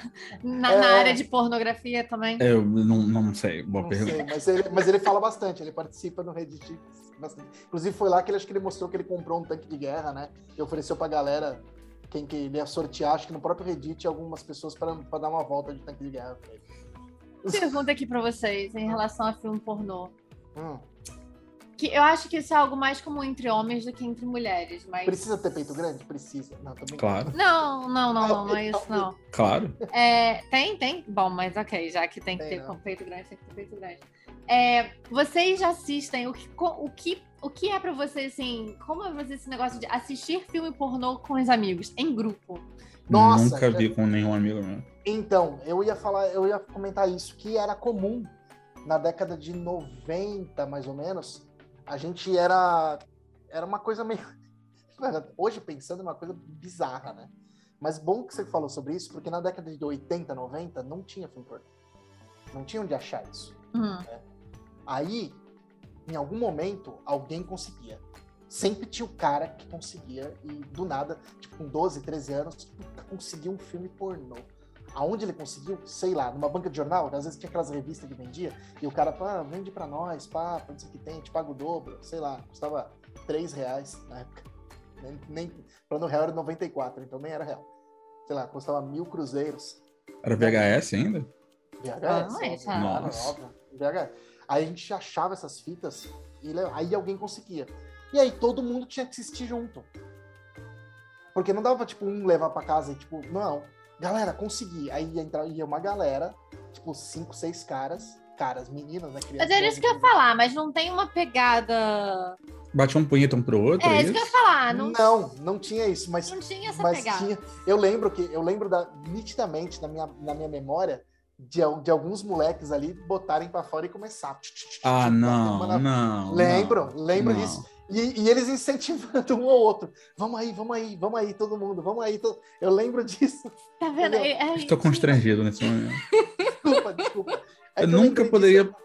Speaker 2: Na,
Speaker 4: É.
Speaker 2: na área de pornografia também?
Speaker 1: É, Eu não, não sei, boa
Speaker 4: Não
Speaker 1: pergunta.
Speaker 4: sei, mas ele, mas ele fala bastante, ele participa no Reddit bastante. Inclusive foi lá que ele acho que ele mostrou que ele comprou um tanque de guerra, né? E ofereceu pra galera quem que ele ia sortear, acho que no próprio Reddit, algumas pessoas para dar uma volta de tanque de guerra. pra ele.
Speaker 2: Pergunta aqui pra vocês em relação a filme pornô.
Speaker 4: Hum,
Speaker 2: Que eu acho que isso é algo mais comum entre homens do que entre mulheres, mas.
Speaker 4: precisa ter peito grande? Precisa. Não, também
Speaker 1: Claro,
Speaker 2: Não, não, não, não, não é
Speaker 4: então,
Speaker 2: isso, não.
Speaker 1: claro.
Speaker 2: É, tem, tem. Bom, mas ok, já que tem que
Speaker 4: Tem,
Speaker 2: ter
Speaker 4: né?
Speaker 2: com peito grande, tem que ter peito grande. É, vocês já assistem, o que, co- o que, o que é pra vocês, assim, como é fazer esse negócio de assistir filme pornô com os amigos, em grupo?
Speaker 4: Nossa,
Speaker 1: Nunca
Speaker 4: já-
Speaker 1: vi com nenhum amigo meu.
Speaker 4: Então, eu ia falar, eu ia comentar isso, que era comum na década de 90, mais ou menos. A gente era era uma coisa meio [laughs] Mano, hoje pensando é uma coisa bizarra, né? Mas bom que você falou sobre isso, porque na década de 80, 90 não tinha filme pornô. Não tinha onde achar isso.
Speaker 1: Uhum.
Speaker 2: Hum.
Speaker 4: Aí, em algum momento, alguém conseguia. Sempre tinha o cara que conseguia, e do nada, tipo, com 12, 13 anos, conseguia um filme pornô. Aonde ele conseguiu, sei lá, numa banca de jornal, às vezes tinha aquelas revistas que vendia, e o cara, pá, vende pra nós, pá, pra não sei o que tem, te paga o dobro, sei lá, custava 3 reais na época. Nem, nem, plano real era 94, então nem era real. Sei lá, custava mil cruzeiros.
Speaker 1: Era VHS ainda?
Speaker 2: Ah,
Speaker 4: VHS.
Speaker 2: não é,
Speaker 4: óbvio,
Speaker 2: cara.
Speaker 4: claro,
Speaker 1: Nossa.
Speaker 4: óbvio, VHS. Aí a gente achava essas fitas e le- aí alguém conseguia. E aí todo mundo tinha que assistir junto. Porque não dava, tipo, um levar pra casa e, tipo, não, galera, consegui. Aí ia, entrar, ia uma galera, tipo, cinco, seis caras, caras, meninas, né?
Speaker 2: Mas
Speaker 4: crianças,
Speaker 2: era isso que eu ia
Speaker 4: meninas.
Speaker 2: falar, mas não tem uma pegada...
Speaker 1: Bate um punheta um pro outro,
Speaker 2: É,
Speaker 1: é
Speaker 2: isso que eu ia
Speaker 1: isso?
Speaker 2: falar, não,
Speaker 4: Não, não tinha isso, mas
Speaker 2: não tinha essa
Speaker 4: mas
Speaker 2: pegada.
Speaker 4: tinha. Eu lembro que eu lembro da, nitidamente na minha, na minha memória de, al- de alguns moleques ali botarem pra fora e começar. Tch, tch, tch, tch,
Speaker 1: Ah,
Speaker 4: bater
Speaker 1: não,
Speaker 4: uma na-
Speaker 1: não.
Speaker 4: Lembro, lembro
Speaker 1: não.
Speaker 4: disso. E, e eles incentivando [laughs] um ao outro. Vamos aí, vamos aí, vamos aí, todo mundo, vamos aí. to- Eu lembro [laughs] disso.
Speaker 2: Tá vendo?
Speaker 4: Entendeu?
Speaker 2: É- é-
Speaker 1: Estou constrangido nesse momento.
Speaker 4: Desculpa, desculpa. É
Speaker 1: Eu
Speaker 4: que eu
Speaker 1: nunca
Speaker 4: lembrei
Speaker 1: poderia-
Speaker 4: disso.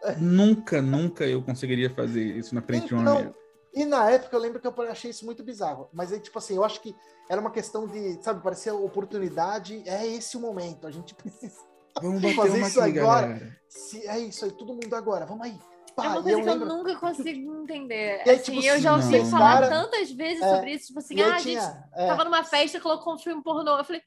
Speaker 4: [laughs]
Speaker 1: nunca, nunca eu conseguiria fazer isso na frente de um
Speaker 4: Então,
Speaker 1: amigo.
Speaker 4: e na época eu lembro que eu achei isso muito bizarro. Mas aí, tipo assim, eu acho que era uma questão de, sabe, parecia oportunidade. É esse o momento, a gente precisa. [laughs]
Speaker 1: Vamos
Speaker 4: vou
Speaker 1: bater
Speaker 4: fazer
Speaker 1: uma
Speaker 4: isso
Speaker 1: aqui,
Speaker 4: agora.
Speaker 1: galera.
Speaker 4: Se é isso aí, todo mundo agora, vamos aí. pá,
Speaker 2: é uma
Speaker 4: e
Speaker 2: coisa
Speaker 4: eu
Speaker 2: que eu
Speaker 4: lembro.
Speaker 2: nunca consigo entender.
Speaker 4: E aí,
Speaker 2: assim,
Speaker 4: tipo,
Speaker 2: eu já
Speaker 1: assim,
Speaker 2: ouvi
Speaker 1: não.
Speaker 2: falar
Speaker 4: Cara,
Speaker 2: tantas vezes
Speaker 4: é,
Speaker 2: sobre isso, tipo assim,
Speaker 4: E
Speaker 2: ah,
Speaker 4: aí
Speaker 2: a gente
Speaker 4: tinha. é,
Speaker 2: tava numa festa e colocou um filme pornô. Eu falei,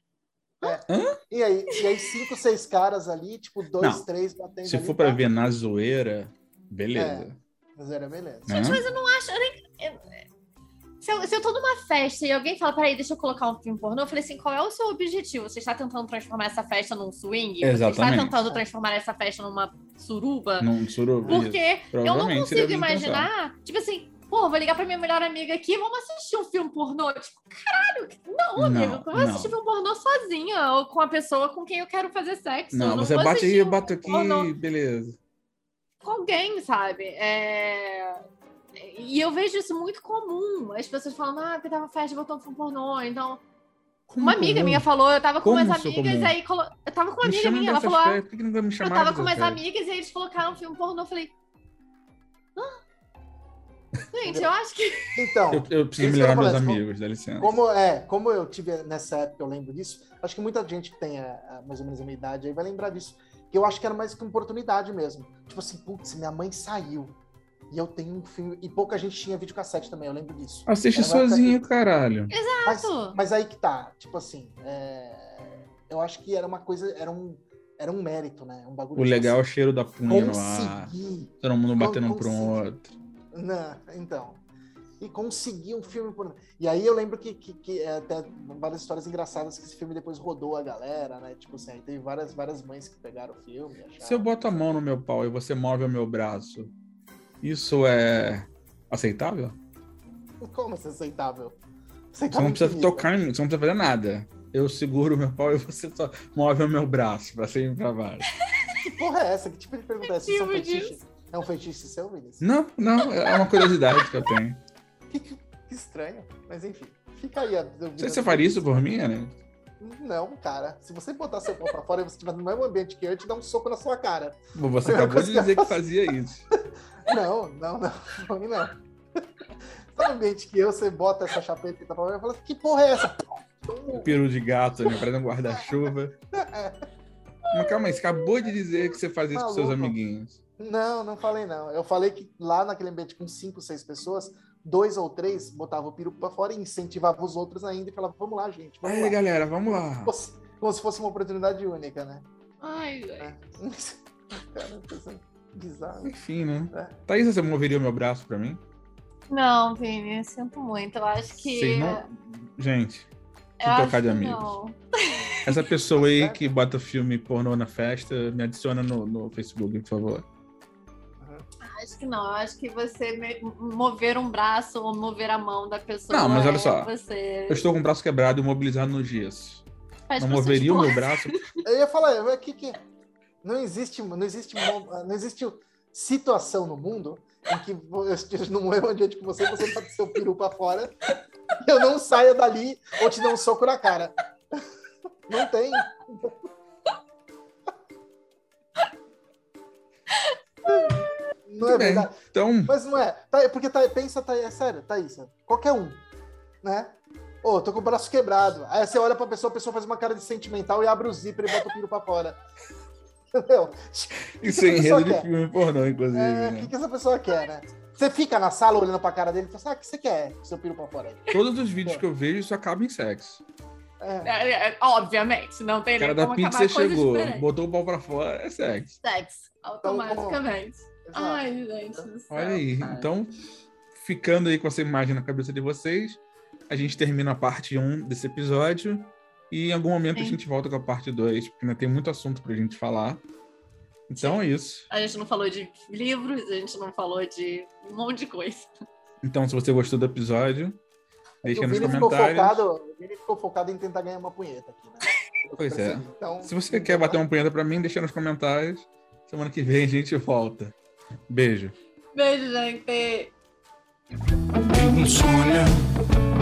Speaker 4: E aí, e aí cinco, seis caras ali, tipo, dois,
Speaker 1: Não.
Speaker 4: três batendo.
Speaker 1: Se
Speaker 4: ali,
Speaker 1: for pra
Speaker 4: tá?
Speaker 1: ver na zoeira,
Speaker 4: É.
Speaker 1: beleza.
Speaker 4: Mas era beleza.
Speaker 2: gente,
Speaker 1: Hã?
Speaker 2: mas eu não acho. Eu nem... eu- Se eu, se eu tô numa festa e alguém fala, peraí, deixa eu colocar um filme pornô, eu falei assim, qual é o seu objetivo? Você está tentando transformar essa festa num swing? Você está
Speaker 1: Exatamente.
Speaker 2: tentando transformar essa festa numa suruba?
Speaker 1: Não suru-
Speaker 2: Porque eu não
Speaker 1: provavelmente
Speaker 2: consigo
Speaker 1: deve
Speaker 2: imaginar, tipo assim, pô, vou ligar pra minha melhor amiga aqui, vamos assistir um filme pornô. Tipo, caralho, não,
Speaker 1: Não,
Speaker 2: amigo, é eu vou
Speaker 1: não.
Speaker 2: assistir filme pornô sozinha ou com a pessoa com quem eu quero fazer sexo.
Speaker 1: Não,
Speaker 2: Eu
Speaker 1: você
Speaker 2: vou
Speaker 1: bate aí,
Speaker 2: assistir um
Speaker 1: eu bato aqui,
Speaker 2: pornô.
Speaker 1: beleza.
Speaker 2: com alguém, sabe? É, E eu vejo isso muito comum. As pessoas falando, ah, porque tava festa, botou um filme pornô, então.
Speaker 1: Como
Speaker 2: uma amiga
Speaker 1: comum?
Speaker 2: minha falou, eu tava com
Speaker 1: Como
Speaker 2: umas
Speaker 1: isso é
Speaker 2: amigas,
Speaker 1: comum?
Speaker 2: aí colo- eu tava com
Speaker 1: Me
Speaker 2: uma amiga
Speaker 1: chama
Speaker 2: minha, ela
Speaker 1: dessas
Speaker 2: falou, ah,
Speaker 1: férias, por que que não me
Speaker 2: eu
Speaker 1: chamaram
Speaker 2: tava
Speaker 1: dessas
Speaker 2: com umas
Speaker 1: férias?
Speaker 2: amigas e eles colocaram um filme pornô. Eu falei. "Hã? Gente, eu acho que. [laughs]
Speaker 4: Então,
Speaker 1: Eu, eu preciso
Speaker 4: Isso
Speaker 1: melhorar
Speaker 4: que eu
Speaker 1: meus
Speaker 4: ia falar,
Speaker 1: amigos, dá licença.
Speaker 4: assim? como, é, como eu tive nessa época, eu lembro disso, acho que muita gente que tem a- a- mais ou menos a minha idade aí vai lembrar disso. Que eu acho que era mais que uma oportunidade mesmo. Tipo assim, putz, minha mãe saiu. E eu tenho um filme. E pouca gente tinha videocassete também, eu lembro disso.
Speaker 1: Assiste
Speaker 4: Ela tá vai ficar
Speaker 1: sozinho, caralho.
Speaker 4: Mas,
Speaker 2: Exato.
Speaker 4: mas aí que tá, tipo assim, é, eu acho que era uma coisa, era um, era um mérito, né? Um bagulho
Speaker 1: O
Speaker 4: tipo
Speaker 1: legal é o
Speaker 4: assim,
Speaker 1: cheiro da punha no ar.
Speaker 4: conseguir.
Speaker 1: Todo mundo batendo um pro
Speaker 4: Consegui.
Speaker 1: outro.
Speaker 4: Não, então. E consegui um filme por. E aí eu lembro que, que, que é, até várias histórias engraçadas que esse filme depois rodou a galera, né? Tipo assim, aí teve várias, várias mães que pegaram o filme. acharam-
Speaker 1: Se eu boto a mão no meu pau e você move o meu braço, isso é aceitável?
Speaker 4: Como isso é aceitável?
Speaker 1: Você
Speaker 4: aceitável
Speaker 1: não precisa
Speaker 4: infinito.
Speaker 1: tocar em mim, você não precisa fazer nada. Eu seguro o meu pau e você só move o meu braço pra cima e pra baixo.
Speaker 4: Que porra é essa? Que tipo de pergunta é essa? Isso é um
Speaker 2: Tipo
Speaker 4: fetiche? É um fetiche seu, Vinícius?
Speaker 1: Não, não, é uma curiosidade que eu tenho.
Speaker 4: Que estranho. Mas enfim, fica aí a dúvida.
Speaker 1: Você, você faria isso por mim, né?
Speaker 4: Não, cara. Se você botar seu pau pra fora e você estiver no mesmo ambiente que eu, eu te dá um soco na sua cara.
Speaker 1: Você acabou de dizer que fazia isso.
Speaker 4: Não, não, [laughs] não. Pra mim, não. Tá no ambiente que eu, você bota essa chapeta e tá pra mim e fala, que porra é essa?
Speaker 1: Peru de gato, né? Parece um guarda-chuva. Mas calma aí, você acabou de dizer que você fazia isso com seus
Speaker 4: Maluco.
Speaker 1: amiguinhos.
Speaker 4: Não, não falei não. Eu falei que lá naquele ambiente com cinco, seis pessoas, dois ou três botava o peru pra fora e incentivava os outros ainda e falava, vamos lá, gente, vamos
Speaker 1: Aí,
Speaker 4: lá.
Speaker 1: galera, vamos lá.
Speaker 4: Como se- Como se fosse uma oportunidade única, né? [laughs]
Speaker 2: Ai, gente.
Speaker 4: Cara, coisa bizarra.
Speaker 1: Enfim, né?
Speaker 4: É.
Speaker 1: Thaís, você moveria o meu braço pra mim?
Speaker 2: Não, Vini, sinto muito. Eu acho que. é.
Speaker 1: Vocês não- Gente,
Speaker 2: eu acho
Speaker 1: trocar de
Speaker 2: que
Speaker 1: amigos.
Speaker 2: não.
Speaker 1: essa pessoa aí
Speaker 4: certo.
Speaker 1: que bota filme pornô na festa, me adiciona no, no Facebook, por favor.
Speaker 2: Acho que não. Eu acho que você me- mover um braço ou mover a mão da pessoa.
Speaker 1: Não, mas olha
Speaker 2: é
Speaker 1: só.
Speaker 2: Você
Speaker 1: Eu estou com o braço quebrado e imobilizado nos dias.
Speaker 2: faz
Speaker 1: Não
Speaker 2: você,
Speaker 1: moveria
Speaker 2: tipo,
Speaker 1: o meu braço?
Speaker 4: Eu ia falar, eu- que, que não existe, não existe, mo- não existe situação no mundo em que vo- eu esteja num mesmo ambiente que é, tipo, você, você bate seu peru pra fora [laughs] e eu não saia dali ou te dê um soco na cara. [laughs] Não tem. [laughs] Não
Speaker 1: Tudo
Speaker 4: é
Speaker 1: bem.
Speaker 4: verdade.
Speaker 1: Então,
Speaker 4: Mas não é. Tá, Porque tá, pensa, tá, é sério, Thaís, qualquer um, né? Ô, tô com o braço quebrado. Aí você olha pra pessoa, a pessoa faz uma cara de sentimental e abre o zíper e bota o piro pra fora. [laughs] Entendeu?
Speaker 1: isso é
Speaker 4: essa
Speaker 1: enredo
Speaker 4: pessoa
Speaker 1: de
Speaker 4: quer?
Speaker 1: filme pornô, inclusive.
Speaker 4: É, O
Speaker 1: né?
Speaker 4: que, que essa pessoa quer, né? Você fica na sala olhando pra cara dele e fala assim, ah, o que você quer com seu piro pra fora? aí?"
Speaker 1: Todos os vídeos que eu vejo, isso acaba em sexo.
Speaker 4: É.
Speaker 2: É, é, Obviamente, não
Speaker 1: O
Speaker 2: tem
Speaker 1: cara
Speaker 2: nem
Speaker 1: da
Speaker 2: como
Speaker 1: pizza
Speaker 2: acabar coisa
Speaker 1: chegou,
Speaker 2: diferente.
Speaker 1: botou o pau pra fora, é sexo.
Speaker 2: Sexo, automaticamente.
Speaker 4: exato.
Speaker 2: Ai, gente do céu.
Speaker 1: Olha aí.
Speaker 2: cara.
Speaker 1: Então, ficando aí com essa imagem na cabeça de vocês, a gente termina a parte 1 desse episódio. E em algum momento a
Speaker 2: Sim.
Speaker 1: gente volta com a parte 2, porque ainda tem muito assunto pra gente falar. Então é isso.
Speaker 2: A gente não falou de livros, a gente não falou de um monte de coisa.
Speaker 1: Então, se você gostou do episódio, deixa
Speaker 4: O
Speaker 1: nos
Speaker 4: Vini ficou
Speaker 1: comentários.
Speaker 4: focado, o Vini ficou focado em tentar ganhar uma punheta aqui, né? Eu
Speaker 1: Pois é.
Speaker 4: percebi. Então,
Speaker 1: Se você quer bater uma punheta pra mim, deixa nos comentários. Semana que vem a gente volta. Beijo.
Speaker 2: Beijo, gente.
Speaker 3: insônia,